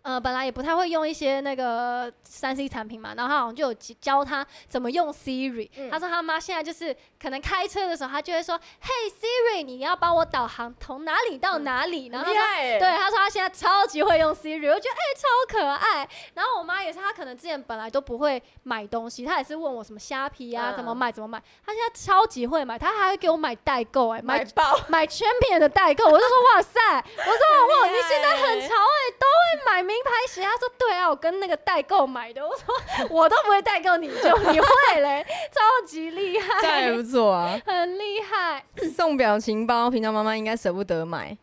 呃，本来也不太会用一些那个三 C 产品嘛，然后他好像就有教教他怎么用 Siri、
嗯
他说他妈现在就是可能开车的时候，他就会说：“嘿 Siri，你要帮我导航从哪里
嗯
到哪里。然后
很厉
他说
害欸，
对，他说他现在超级会用 Siri，我觉得哎、超可爱。然后我妈也是，她可能之前本来都不会买东西，她也是问我什么虾皮啊、
嗯
怎么买怎么买，她现在超级会买，她还会给我买代购哎、
买
买
爆，
买 Champion 的代购，我就说哇塞，我说
哇欸
哇，你现在很潮哎、都会买，没名牌鞋，他说对啊，我跟那个代购买的。我说 我都不会代购，你就你会嘞， 超级厉
这样也
害，
不错啊。
很厉害。
送表情包，平常妈妈应该舍不得买，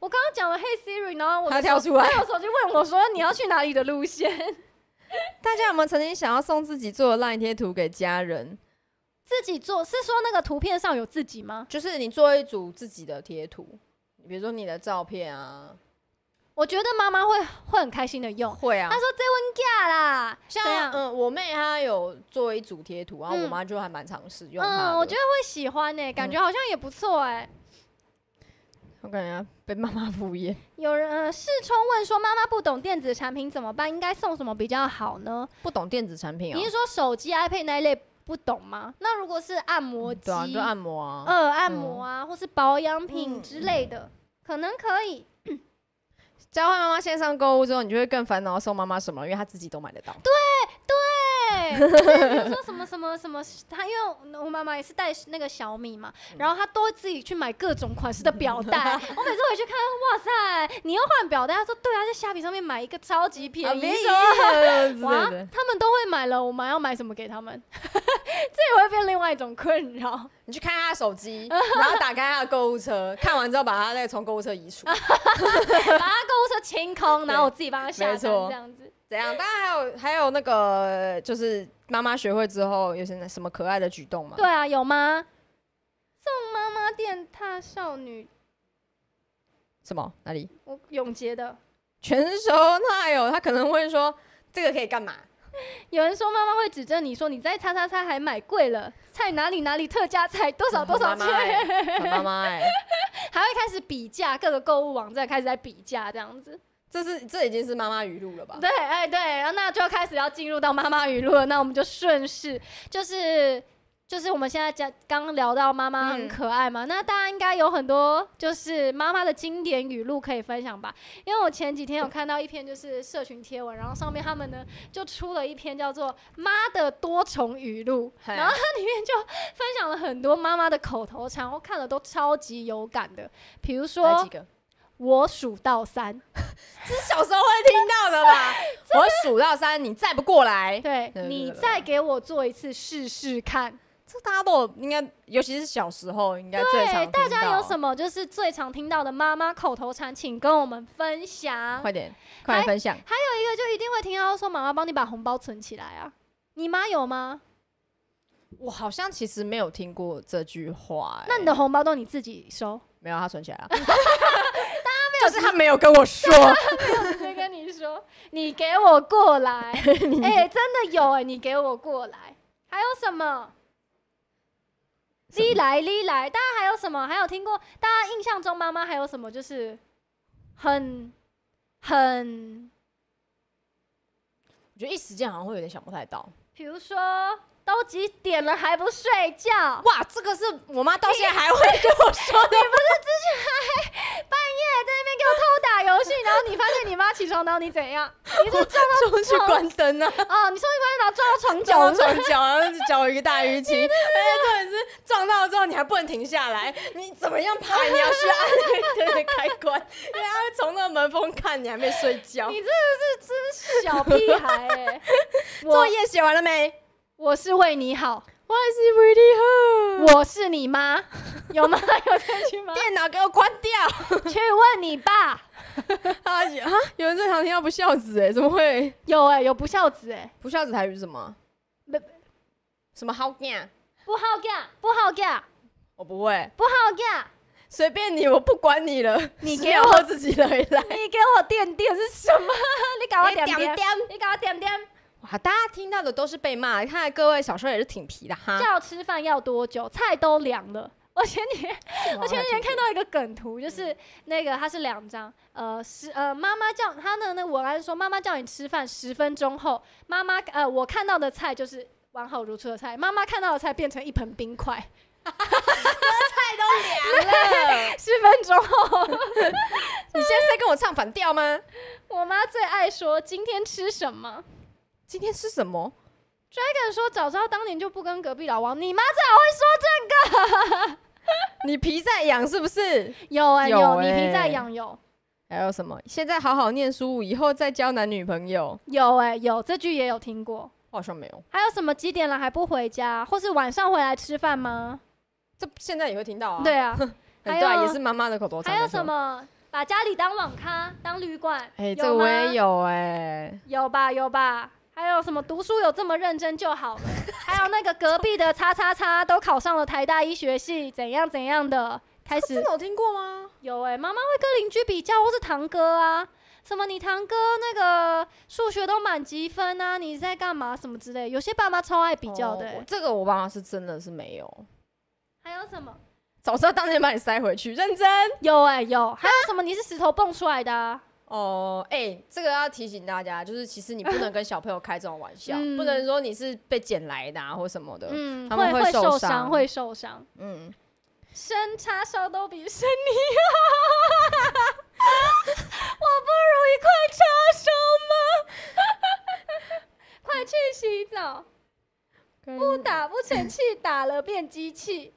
我刚刚讲了 Hey Siri，然后我
她
的
跳出来
手。我手机问我说你要去哪里的路线，
大家有没有曾经想要送自己做的烂贴图给家人？
自己做是说那个图片上有自己吗？
就是你做一组自己的贴图，比如说你的照片啊，
我觉得妈妈会会很开心的用。
会啊
她。说这温假啦，呃这
像
样
嗯，我妹她有做一组贴图，然后我
嗯
妈就还蛮常使用它的。嗯
嗯，我觉得会喜欢呢、感觉好像也不错哎、
我感觉被妈妈敷衍。
有人呃，世聪问说：“妈妈不懂电子产品怎么办？应该送什么比较好呢？”
不懂电子产品啊
你是，说手机、iPad 那一类不懂吗？那如果是按摩机、
对啊，就按摩啊。
呃按摩啊，或是保养品
嗯
之类的，可能可以。
教会妈妈线上购物之后，你就会更烦恼送妈妈什么，因为她自己都买得到。对，
对，就是比如说什么什么什么，她因为我妈妈也是带那个小米嘛，然后她都会自己去买各种款式的表带。我每次回去看，哇塞，你要换表带？她说对啊，在虾皮上面买一个超级
啊
便宜，什么
宜之
哇，
类的。
他们都会买了，我们要买什么给他们？ 这也会变另外一种困扰。
你去看她的手机，然后打开她的购物 车，看完之后把她那个从购物车移除。
把他购物车清空，然后我自己帮他下
没
单，
错
这样子。
怎样？当然还有还有那个，就是妈妈学会之后有些什么可爱的举动嘛？
对啊，有吗？送妈妈电踏少女，
什么？哪里？
我永杰的。
全熟那有，她可能会说这个可以干嘛？
有人说妈妈会指正你说你在叉叉叉还买贵了，菜哪里哪里特价菜多少多少
妈
钱，
妈欸很妈妈哎、
还会开始比价，各个购物网站开始在比价这样子。
这是这已经是妈妈语录了吧？
对，哎对，然后那就开始要进入到妈妈语录了。那我们就顺势，就是就是我们现在讲刚聊到妈妈很
嗯
可爱嘛，那大家应该有很多就是妈妈的经典语录可以分享吧？因为我前几天有看到一篇就是社群贴文，然后上面他们呢就出了一篇叫做《妈的多重语录》，
嘿
然后它里面就分享了很多妈妈的口头禅，我看了都超级有感的，比如
来
说
几个，
我数到三，
这是小时候会听到的吧？ 我数到三，你再不过来，
哎对
对，
你
对对
再给我做一次试试看。
这大家都有应该，尤其是小时候应该最常
对，大家有什
么？
么就是最常听到的妈妈口头禅，请跟我们分享。还
快点，快点分享！
有一个就一定会听到说妈妈帮你把红包存起来啊，你妈有吗？
我好像其实没有听过这句话、欸，
那你的红包都你自己收，
没有，他存起 来了。啊大家没有，就是他没有跟 我说。
直接跟你说 你给我过 来。哎、真的有哎、你给我过来。还有什么？
什么
哩来哩来，大家还有什么？还有听过？大家印象中妈妈还有什么？就是很很，
我觉得一时间好像会有点想不太到。
比如说都几点了还不睡觉，
哇，这个是我妈到现在还会跟我说 的。
半夜在那边给我偷打游戏，然后你发现你妈起床，然后你怎样？你就撞
出去关灯啊，
哦，你说你把她撞到床角
脚
了，
撞脚，然后脚有一个大淤 青。而且哎重点是撞到之后你还不能停下来，你怎么样爬？你要去按那个灯的开关， 因为它会从那个门缝看你还没睡觉
你。真的是真是小屁孩哎、
作
我
业写完了没？
我是为你好，
我是 pretty
我是你妈，有吗？ 有这句吗？
电脑给我关掉！
去问你 爸，
啊啊！有人正常听到不孝子哎、怎么会？
有哎、有不孝子哎、
不孝子台语是什么？
不
什么好干？
不好干，不好干，
我哦不会，
不好干，
随便你，我不管你了。
你
十
给
秒
我
后自己来来。
你给我垫垫是什么？ 你赶快点点，你赶快点点。
哇，大家听到的都是被骂，看来各位小时候也是挺皮的 哈。
叫吃饭要多久？菜都凉了。我前几天，我前几天看到一个梗图，就是那个它是两张，呃，十呃妈妈叫他的那文案说妈妈叫你吃饭十分钟后，妈妈呃我看到的菜就是完好如初的菜，妈妈看到的菜变成一盆冰块，
到了，
十分钟后，
你现在在跟我唱反调吗？
我妈最爱说今天吃什么。
今天吃什么？
Dragon 说早知道当年就不跟隔壁老王，你妈最好会说
你皮在痒是不是？
这个，有哎、
有
有，
欸
你皮在痒有，
还有什么？现在好好念书，以后再交男女朋友，
有哎、有这句也有听过。
我好像没有。
还有什么几点了还不回家，或是晚上回来吃饭吗？
这现在也会听到啊。
对，啊，
很对
还
啊，
有
也是妈妈的口头禅。
还有
没错
什？么把家里当网咖、当旅馆？
哎，
有
这个我
吗
也有哎。
有吧有吧。还有什么读书有这么认真就好了？还有那个隔壁的叉叉叉都考上了台大医学系，怎样怎样的，开始
真的有听过吗？
有哎、妈妈会跟邻居比较，或是堂哥啊，什么你堂哥那个数学都满积分啊，你在干嘛什么之类，有些爸妈超爱比较的、
哦
欸。
这个我爸妈是真的是没有。
还有什么？
早知道当天把你塞回去，认真。
有哎、有，还有什么你是石头蹦出来的、啊？
哦，哎、这个要提醒大家，就是其实你不能跟小朋友开这种玩笑，
嗯
不能说你是被捡来的啊或什么的。嗯
嗯，
他们
会
会受
受
伤
会受伤，
嗯
生叉烧都比生你好，我不如一块叉烧吗？ 快去洗澡。
嗯
不打不成器，打了变机器。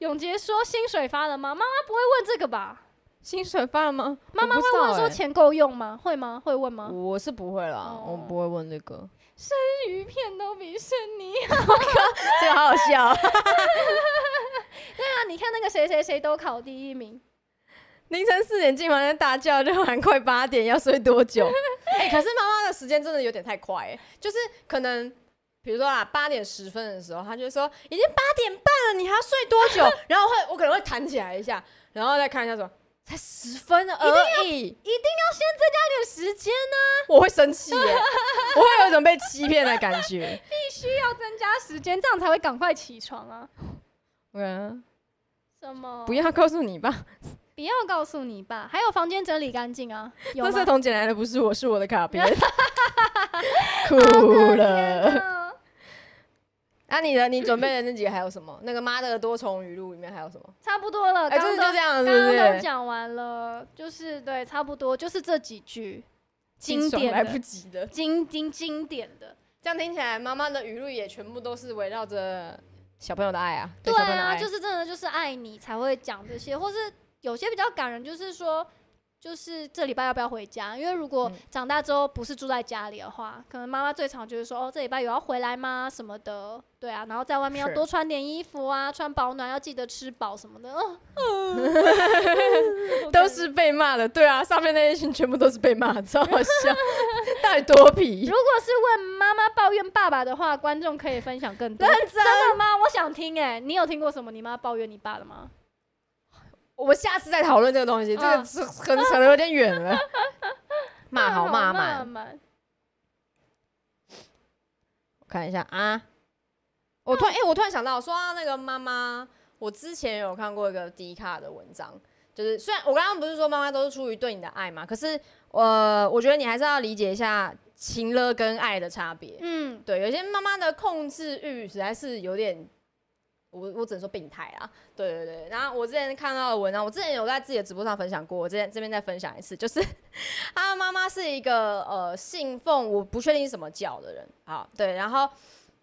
永杰说：“薪水发了吗？”妈妈不会问这个吧？
薪水哦饭吗？
妈妈
我不知
会
道
问说
欸
钱够用吗？会吗？会问吗？
我是不会啦，我
哦
不会问这个，
生鱼片都比生你好。
这个好好笑。哦
对啊，你看那个谁谁谁都考第一名，
凌晨四点进房间大叫，就喊快八点，要睡多久？ 哎、可是妈妈的时间真的有点太快、欸，就是可能。比如说啊，八点十分的时候，她就说已经八点半了，你还要睡多久？ 然后会我可能会弹起来一下，然后再看一下说才十分而已，
一定要先增加点时间呢、
我会生气耶、 我会有一种被欺骗的感 觉。
必须要增加时间，这样才会赶快起床啊。
嗯，
什么？
不要告诉你吧，
不要告诉你爸，还有房间整理干 净啊。有
垃
吗
圾？桶捡来的不是我，是我的卡 片，哭了。
啊
那、你的你准备的那几个还有什么？那个妈的多重语录里面还有什么？
差不多了，
哎、
刚
就是
呃刚
就
都
这样，
刚
是不
刚都
是？
讲完了，就是对，差不多就是这几句
清
经
爽
典
来
的
哎不及的。
经经经典的。
这样听起来，妈妈的语录也全部都是围绕着小朋友的爱啊，
对
小朋友的
啊，
爱。
就是真的就是爱你才会讲这些，或是有些比较感人，就是说，就是这礼拜要不要回家？因为如果
嗯
长大之后不是住在家里的话，可能妈妈最常就是说，哦，这礼拜有要回来吗？什么的，对啊，然后在外面要
是
多穿点衣服啊，穿保暖，要记得吃饱什么的，哦，
都是被骂的，对啊，上面那一群全部都是被骂的，超好笑，到底多皮
如？果是问妈妈抱怨爸爸的话，观众可以分享更多。
认真
真的吗？我想听哎、你有听过什么你妈抱怨你爸的吗？
我们下次再讨论这个东西，这个
嗯
是可能扯得有点远 了。骂好骂满，
满，
我看一下啊，我突然哎、我突然想到，说到那个妈妈，我之前有看过一个迪卡的文章，就是虽然我刚刚不是说妈妈都是出于对你的爱嘛，可是呃，我觉得你还是要理解一下情勒跟爱的差别。
嗯，
对，有些妈妈的控制欲实在是有点，我我只能说病态啦。对对对。然后我之前看到的文章，我之前有在自己的直播上分享过，我之前这边再分享一次，就是 她的妈妈是一个呃信奉我不确定是什么教的人，好对，然后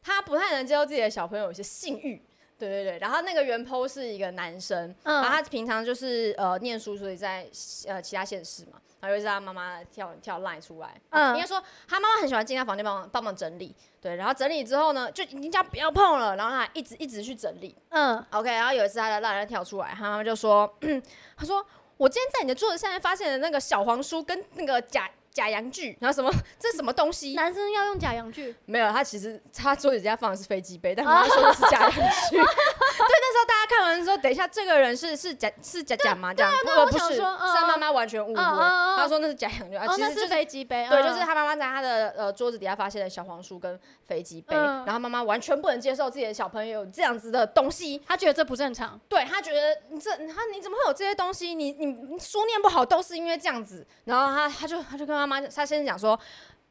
她不太能接受自己的小朋友有一些性欲。对对对，然后那个原 po 是一个男生，
嗯
然后
啊
他平常就是呃念书，所以在呃其他县市嘛，然后又是他妈妈跳跳 line 出来，
嗯
应该说他妈妈很喜欢进他房间帮忙帮忙整理，对，然后整理之后呢，就人家不要碰了，然后他还一直一直去整理
嗯，
，OK，然后有一次他的 line 就跳出来，他妈妈就说， 他说我今天在你的桌子下面发现了那个小黄书跟那个假假洋具，然后什么 这是什么东西？
男生要用假洋具，
没有，他其实他桌底下放的是飞机杯， 但妈妈说的是假洋具。对，那时候大家看完之后，等一下这个人是是假是假假吗？这样
那
不
我
不
想
是，是
说嗯
他妈妈完全误会，
嗯嗯嗯嗯
他说那是假洋具，啊
哦，
其
那
实就是
飞机杯，
对，
嗯
就是他妈妈在他的呃桌子底下发现了小黄书跟飞机杯，
嗯
然后妈妈完全不能接受自己的小朋友有这样子的东西，
他觉得这不正常，
对他觉得你这他你怎么会有这些东西？你你你书念不好都是因为这样子，然后他他就他就跟妈妈他先讲说，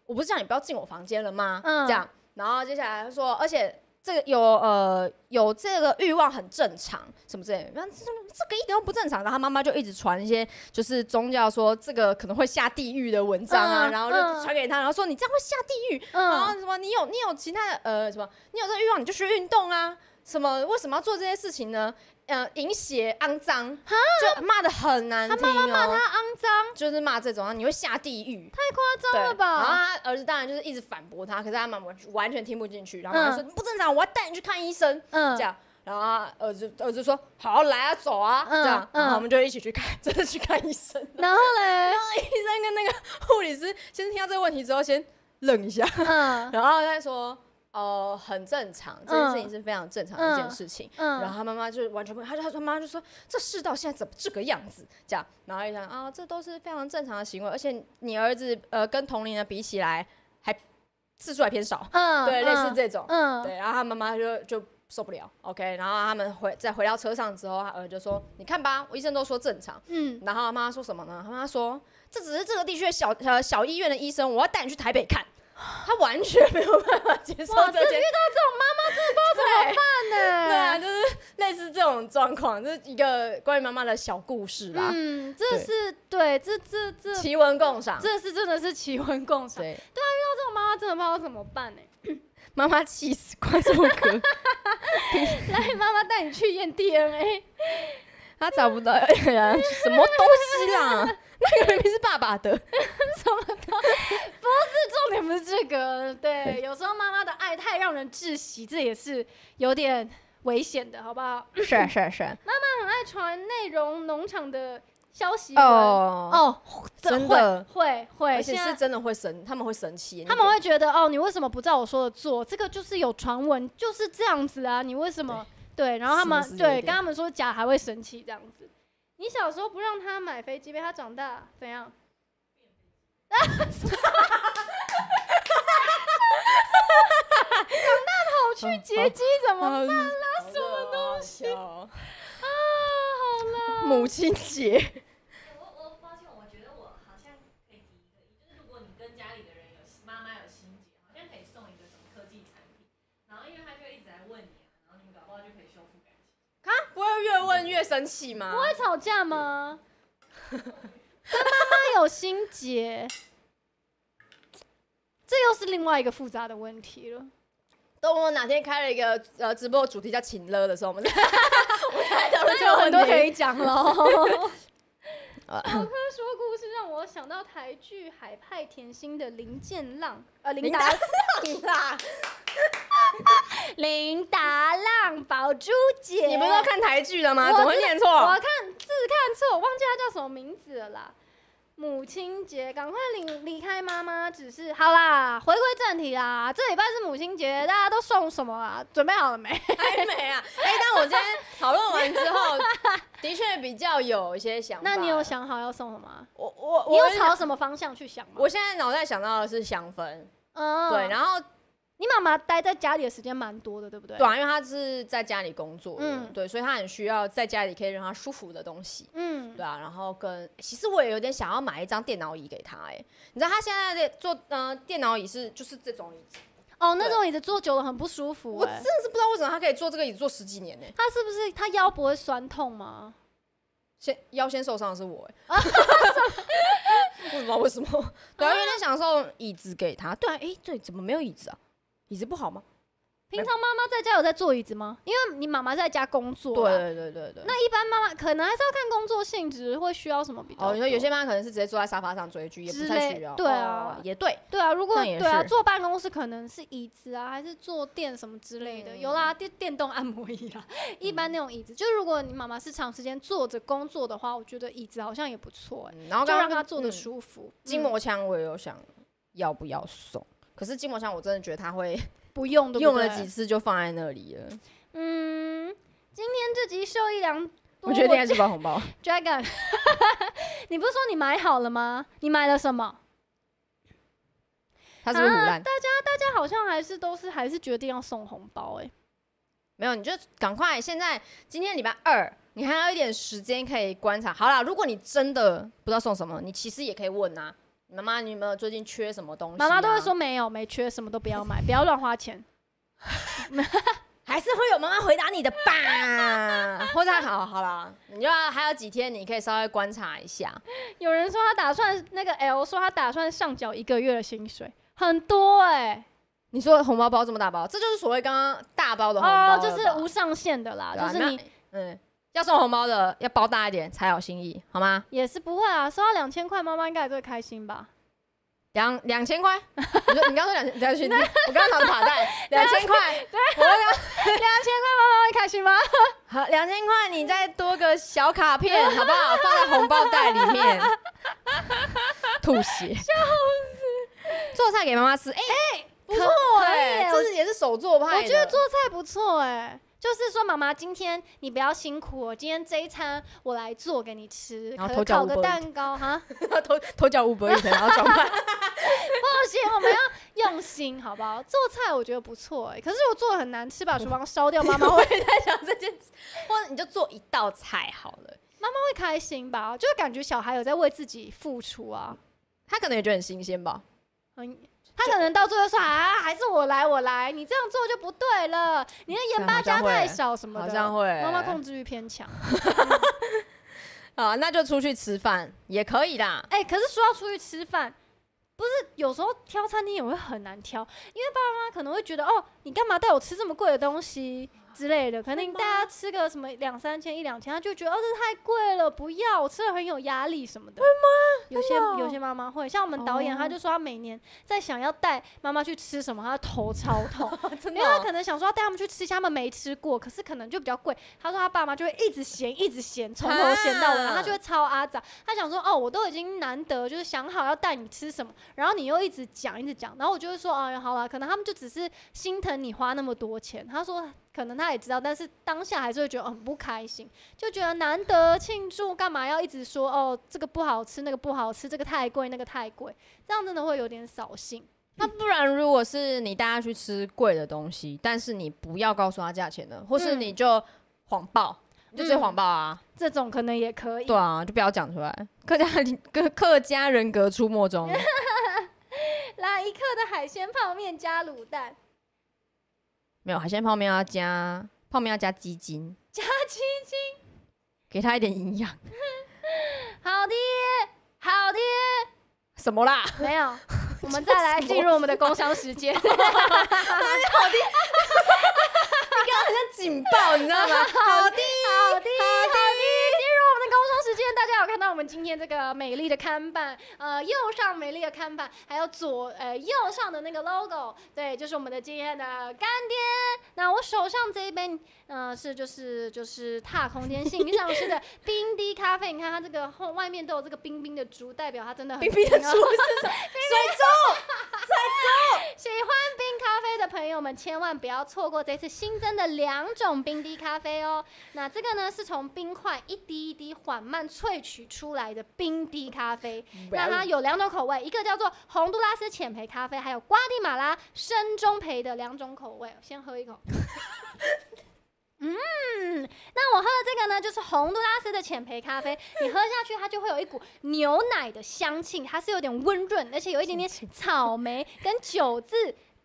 我不是叫你不要进我房间了吗？
嗯
这样，然后接下来他说，而且。这个有呃有这个欲望很正常，什么之类的，那这这个一点都不正常。然后他妈妈就一直传一些就是宗教说这个可能会下地狱的文章啊，
嗯
然后就
嗯
传给他，然后说你这样会下地狱，然后
嗯，
什么你有你有其他的呃什么，你有这个欲望你就去运动啊，什么为什么要做这些事情呢？呃淫邪、肮脏，就骂的很难听、哦。他妈妈骂
他肮脏，
就是骂这种，然后你会下地狱。
太夸
对
张了
然后
吧？
他儿子当然就是一直反驳他，可是他妈妈完全听不进去，然后他说、你不正常，我要带你去看医生。
嗯
这，样，然后他儿子儿子说好来啊，走啊，
嗯
这样，
嗯
然后我们就一起去看， 真的去 看医生。
然后嘞，
医生跟那个护理师先听到这个问题之后，先愣一下，
嗯
然后再说。哦，很正常，这件事情是非常正常的一件事情。然后
嗯，
他妈妈就完全不，他就他说妈妈就说这世道现在怎么这个样子？这样，然后一想啊，这都是非常正常的行为，而且你儿子呃跟同龄人比起来，还次数还偏少，
嗯，
对，类似
嗯，
这种，
嗯，
对，然后他妈妈就就受不了，OK，然后他们回再回到车上之后，他儿子就说你看吧，我医生都说正常，
嗯，
然后他妈妈说什么呢？他妈妈说这只是这个地区的小呃小医院的医生，我要带你去台北看。他完全没有办法接受
哇
这件，遇到这种妈妈真的不知道怎么办呢、对
嗯
啊，就是类似这种状况，这、是一个关于妈妈的小故事啦，
嗯，这是对，这这这
奇闻共赏。
这是真的是奇闻共赏。
嗯对，
那这种妈妈真的不知道怎么办呢？
妈妈气死观众 哥，
来，妈妈带你去验 DNA。
他找不到人，什么东西 啦？那个明明是爸爸的，
重点不是这个，对，有时候妈妈的爱太让人窒息，这也是有点危险的，好不好？
是啊是是，
她很爱传内容农场的消息文
哦，
哦，
真的
会会，
而且
现在
是真的会生，他们会生气，
他们会觉得哦，你为什么不照我说的做？这个就是有传闻，就是这样子啊，你为什么？对，然后他们
是不是有
对
点
跟他们说假还会生气这样子。你小时候不让他买飞机杯，他长大怎样？ 长大跑去劫机怎么办
么办啦？什么东西啊？好了，母亲节，
我我抱歉，我觉得我好像可以提一个，就是如果你跟家里的人有妈妈有心结，好像可以送一个什么科技产品，然后因为他就一直在问你啊，然后你们搞不好就可以修复感情。
不会越问越生气吗？
会吵架吗？跟妈妈有心结，这又是另外一个复杂的问题了。
等我哪天开了一个呃直播，主题叫“请了”的时候，我 们我们来讨论这
那有
个
很多
问
可
题。
以讲喽。
呃
小柯说故事让我想到台剧《海派甜心》的林建浪，呃，林
琳
达
达浪啦，
林达浪宝珠姐，
你不是都看台剧的吗？
我
怎么会念
我
错？
看字看错，忘记她叫什么名字了啦。母亲节，赶快离离开妈妈，只是好啦，回归正题啦。这礼拜是母亲节，大家都送什么啊？准备好了没？
还没 啊！哎，但我今天讨论完之后，的确比较有一些想法。
那你有？想好要送什么啊？
我我
你有
我
朝什么方向去想吗？
我现在脑袋想到的是香氛，
嗯
对，然后
你妈妈待在家里的时间蛮多的，对不对？
对啊，因为他是在家里工作，嗯
嗯，
对，所以他很需要在家里可以让他舒服的东西，
嗯
对啊。然后跟其实我也有点想要买一张电脑椅给他、哎，你知道他现在在做，嗯、电脑椅是就是这种椅子，
哦，那种椅子坐久了很不舒服、
我
欸。
真的是不知道为什么他可以坐这个椅子坐十几年呢、哎
他是不是他腰不会酸痛吗？
先腰先受伤的是我、 哎， 为什么？为什么？对啊，因为在想送椅子给他，对啊，哎、对，怎么没有椅子啊？椅子不好吗？
平常妈妈在家有在坐椅子吗？因为你妈妈在家工作
对
啊
啊
啦，
对对对对。
那一般妈妈可能还是要看工作性质，会需要什么比较多。
哦，你说有些妈妈可能是直接坐在沙发上追剧，也不
之
太
类
需要，
对啊
哦也对。
对啊，如果
那也
对啊，
是
坐办公室可能是椅子啊，还是坐垫什么之类的。
嗯
有啦，电电动按摩椅啦， 一般那种椅子。就如果你妈妈是长时间坐着工作的话，我觉得椅子好像也不错、欸，
嗯然后
就
刚刚
让她坐的
嗯
舒服。
筋
嗯
膜枪我也有想要不要送，可是筋膜枪我真的觉得它会
不用的，对
用
不
了
对
几次就放在那里了，
嗯，今天这集受益良多。
我觉得应该是包红 包。
Dragon，你不是说你买好了吗？你买了什么？
它是不是腐烂？
大家好像还是都是还是决定要送红包哎、
没有，你就赶快！现在今天礼拜二，你还有一点时间可以观察。好啦，如果你真的不知道送什么，你其实也可以问啊，你妈妈，你有没有最近缺什么东西、啊
妈妈都会说，没有没缺，什么都不要买，不要乱花钱。
还是会有妈妈回答你的吧。或者好好啦，你就要还有几天，你可以稍微观察一下。
有人说他打算那个 L 说他打算上缴一个月的薪水，很多哎、
你说红
哦
包包这么大包，这就是所谓刚刚大包的红包了吧、
哦，就是无上限的啦，
对啊
就是你
那嗯，要送红包的要包大一点才有心意，好吗？
也是不会啊，收到两千块，妈妈应该也最开心吧？
两两千 块，你说你刚说两 两千，我刚刚拿卡带 两千块，我刚刚
两千块，妈妈会开心吗？
好，两千块你再多个小卡片，好不好？放在红包袋里面。吐血，笑死！做菜给妈妈吃，哎、不错哎、
可以
这是也是手做派的。
我觉得做菜不错哎、就是说妈妈今天你不要辛苦哦，今天这一餐我来做给你吃，
然后
可
偷叫
能烤个
Uber
蛋糕哈，
做偷偷叫吴伯义，然后转 卖。
不行，我们要用心好不好？做菜我觉得不错哎、可是我做的很难吃，把厨房烧掉，妈妈会
我也在想这件事，或者你就做一道菜好了。
会开心吧？就是感觉小孩有在为自己付出啊，
他可能也觉得很新鲜吧。
嗯。他可能到最后说啊，还是我来，我来，你这样做就不对了，你的盐巴
好像
加
会
太少什么的，
好像会
妈妈控制欲偏强。
啊，那就出去吃饭也可以啦。
哎、可是说要出去吃饭，不是有时候挑餐厅也会很难挑，因为爸爸妈妈可能会觉得哦，你干嘛带我吃这么贵的东西之类的，可能大家吃个什么两三千一两千，他就觉得哦这太贵了，不要，我吃了很有压力什么的。会吗？有些
真的哦
有些妈妈会，像我们导演他就说他每年在想要带妈妈去吃什么，他头超痛，
真
因为他可能想说要带他们去吃一下他们没吃过，可是可能就比较贵。他说他爸妈就会一直嫌，一直嫌，从头嫌到尾，然后他就会超阿杂。他想说哦，我都已经难得就是想好要带你吃什么，然后你又一直讲，一直讲，然后我就会说哦，好了，可能他们就只是心疼你花那么多钱。他说可能他也知道，但是当下还是会觉得很不开心，就觉得难得庆祝，干嘛要一直说哦这个不好吃，那个不好吃，这个太贵，那个太贵，这样真的会有点扫兴。
那不然，如果是你带他去吃贵的东西，但是你不要告诉他价钱的，或是
嗯
你就谎报，你就直接
嗯
谎报啊，
这种可能也可以，
对啊，就不要讲出来。客 家客客家人格出没中，
来一克的海鲜泡面加卤蛋，
没有海鲜泡面要加泡面要加鸡精，
加鸡精。
给他一点营养。
好的，好的，
什么啦？
没 有，我们再来进入我们的工商时间。
警报，你知道吗？ 好的，
好的，好的，进入我们的工商时间。大家有看到我们今天这个美丽的看板，呃，右上美丽的看板，还有左呃右上的那个 logo，对，就是我们的今天的干爹。那我手上这一杯，呃，是就是就是踏空间性上市的冰滴咖啡，你看它这个后外面都有这个冰冰的竹，代表它真的很
冰冰的
冰啊
猪 是什么？
喜欢冰咖啡的朋友们，千万不要错过这次新增的两种冰滴咖啡哦。那这个呢，是从冰块一滴一滴缓慢萃取出来的冰滴咖啡。那它有两种口味，一个叫做洪都拉斯浅焙咖啡，还有瓜地马拉深中焙的两种口味。先喝一口。 嗯，那我喝的这个呢，就是洪都拉斯的浅焙咖啡，你喝下去它就会有一股牛奶的香气，它是有点温润，而且有一 点点草莓跟酒渍、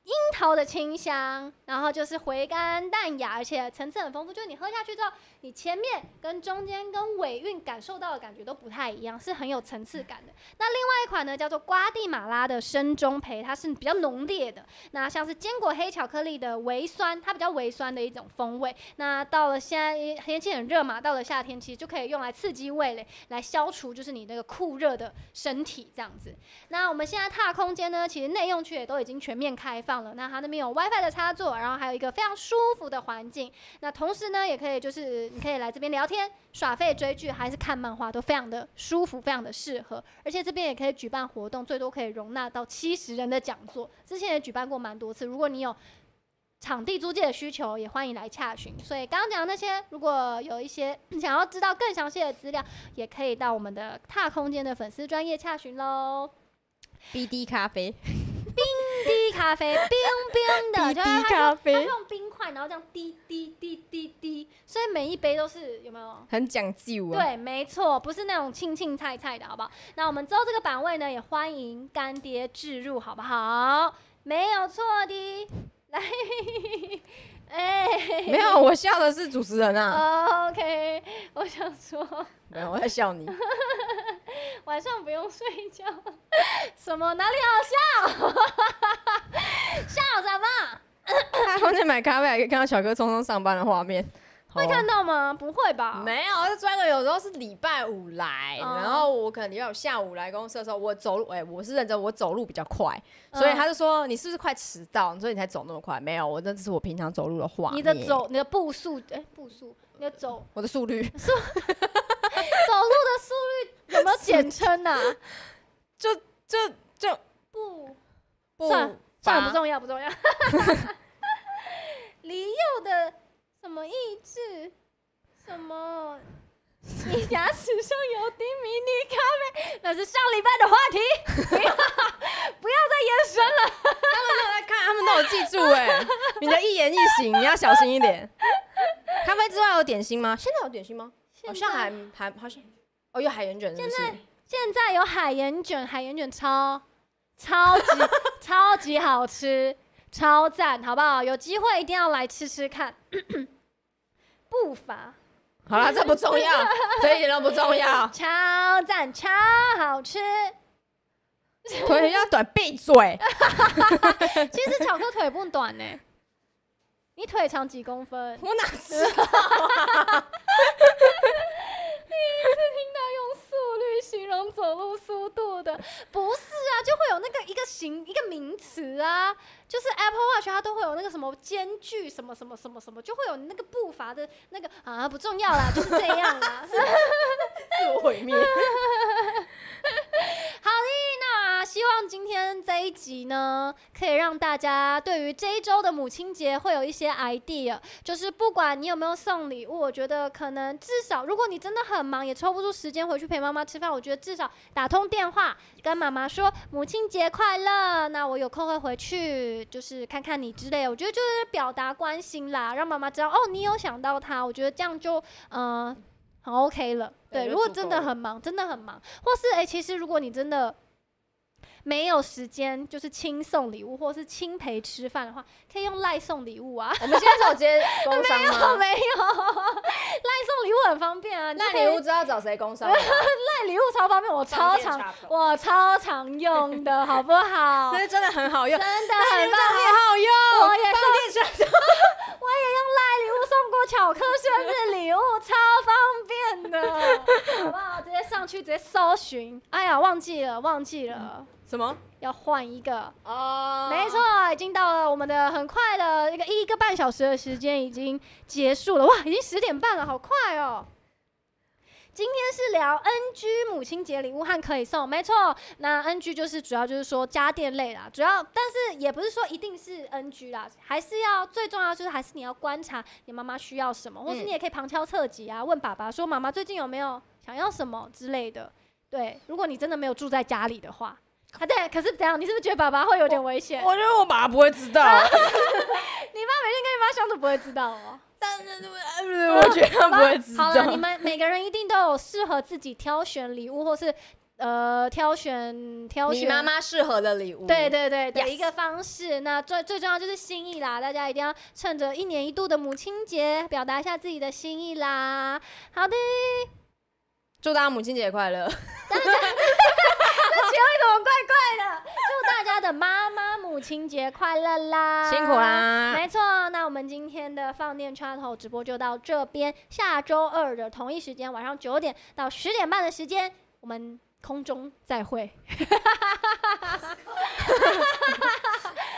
樱桃的清香，然后就是回甘淡雅，而且层次很丰富。就是你喝下去之后，你前面跟中间跟尾韵感受到的感觉都不太一样，是很有层次感的。那另外一款呢，叫做瓜地马拉的深中培，它是比较浓烈的。那像是坚果黑巧克力的微酸，它比较微酸的一种风味。那到了现在天气很热嘛，到了夏天其实就可以用来刺激味蕾，来消除就是你那个酷热的身体这样子。那我们现在踏空间呢，其实内用区也都已经全面开放了。那它那边有 WiFi 的插座，然后还有一个非常舒服的环境。那同时呢，也可以就是你可以来这边聊天、耍废、追剧，还是看漫画，都非常的舒服，非常的适合。而且这边也可以举办活动，最多可以容纳到七十人的讲座。之前也举办过蛮多次，如果你有。场地租借的需求也欢迎来洽询，所以刚刚讲的那些，如果有一些 想要知道更详细的资料，也可以到我们的踏空间的粉丝专业洽询喽。
BD 咖 啡，
滴咖啡，冰冰 的，就是它
咖
它是用冰块，然后这样滴滴滴滴滴，所以每一杯都是有没有？
很讲究啊。
对，没错，不是那种青青菜菜的，好不好？那我们之后这个版位呢，也欢迎干爹置入，好不好？没有错的，来， 哎、
没有，我笑的是主持人 啊，
o k 我想说
没有，我在笑你。
晚上不用睡觉，什么哪里好笑？笑什么？
他空间买咖啡，还可以看到小哥匆匆上班的画面，啊
会看到吗？不会吧？
没有，这专哥有时候是礼拜五来，
哦
然后我可能礼拜五下午来公司的时候，我走路，哎、我是认真，我走路比较快，
嗯
所以他就说你是不是快迟到？所以你才走那么快？没有，我那是我平常走路的话，
你的，走，你的步数，哎、步数，你的走
我的速率
走路的速率有没有简称呐、啊？
就 就就
不，
不
算了算了，不
重
重要，不重要。
黎佑的什么意志？什么？你牙齿上有滴迷你咖
那是上礼拜的话题，
在看，他们都有记住哎、 你的一言一行你要小心一点。咖啡之外有点心吗？现在有点心吗？好像还还好像哦，有海盐卷是不是？
现在有海盐卷，海盐卷超超级 超级好吃，超赞，好不好？有机会一定要来吃吃看。步伐
好啦，这不重要，这一点都不重 要。
超赞，超好吃。
腿要短，闭嘴。
其实巧克腿不短呢、你腿长几公分？
我哪知道？
听到用速率形容走路速度的，不是啊，就会有那个一个形一个名词啊，就是 Apple Watch 它都会有那个什么间距什么什么什么什么，就会有那个步伐的那个啊，不重要 啦，就是这样啦。
自我毁灭。
好的，那希望今天这一集呢，可以让大家对于这一周的母亲节会有一些 idea，就是不管你有没有送礼物，我觉得可能至少，如果你真的很忙，也抽不出时间回去陪妈妈吃饭，我觉得至少打通电话跟妈妈说母亲节快乐，那我有空会回去，就是看看你之类的，我觉得就是表达关心啦，让妈妈知道哦，你有想到她，我觉得这样就嗯、呃很 OK 了。
对
对，
就
如果
足
真
够
的
了
很忙，真的很忙，或是哎、诶其实如果你真的没有时间，就是轻送礼物，或是轻陪吃饭的话，可以用赖送礼物啊。
我们现在有接工商
哦，
吗？
没有，赖送礼物很方便啊。你就
那
可以
礼物知道找谁工商 吗？
赖礼物超方便，我超常
哇，
我超常用的，好不好？
那
真
是真的很好用，
的
那
很
礼物真。的
棒
很好用。
我也送
放电池，
我也用赖礼物送过巧克生日礼物，超方便的，好不好？直接上去直接搜寻。哎呀，忘记了，忘记了，
什么？
要换一个。
哦
没错，，已经到了我们的很快的一个一个半小时的时间已经结束了，哇，已经十点半了，好快哦。今天是聊 NG 母亲节礼物和可以送，没错。那 NG 就是主要就是说家电类啦，主要但是也不是说一定是 NG 啦，还是要最重要就是还是你要观察你妈妈需要什么，或是
嗯
你也可以旁敲侧击啊，问爸爸说妈妈最近有没有想要什么之类的。对，如果你真的没有住在家里的话，啊对，可是怎样？你是不是觉得爸爸会有点危险？
我觉得我爸不会知道，
爸妈相处不会知道哦。
但是我觉得他不会知
好了，你
道。
们每个人一定都有适合自己挑选礼物，或是呃挑选 挑选。
妈适合的礼物
对对对的
Yes
一个方式，那最最重要就是心意啦，大家一定要趁着一年一度的母亲节，表达一下自己的心意啦。好的，
祝大家母亲节快乐！
怎么怪怪的？祝大家的妈妈母亲节快乐啦！
辛苦啦
啊没错，那我们今天的放电插头直播就到这边，下周二的同一时间晚上九点到十点半的时间，我们空中再会。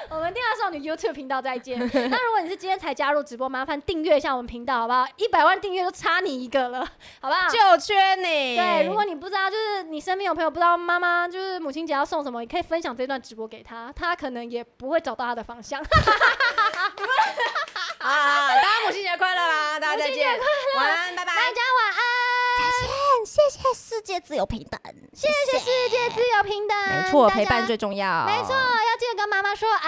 我们电话少女 YouTube 频道再见。那如果你是今天才加入直播，麻烦订阅一下我们频道好不好？一百万订阅就差你一个了，好不好？
就缺你。
对，如果你不知道，就是你身边有朋友不知道妈妈就是母亲节要送什么，你可以分享这段直播给他，他可能也不会找到他的方向。
啊，大家母亲节快乐啦！大家再见，晚安，拜拜。
大家晚安，
谢谢世界自由平等，谢
谢谢世界自由平等，
没错，
大家
陪伴最重要。
没错，要记得跟妈妈说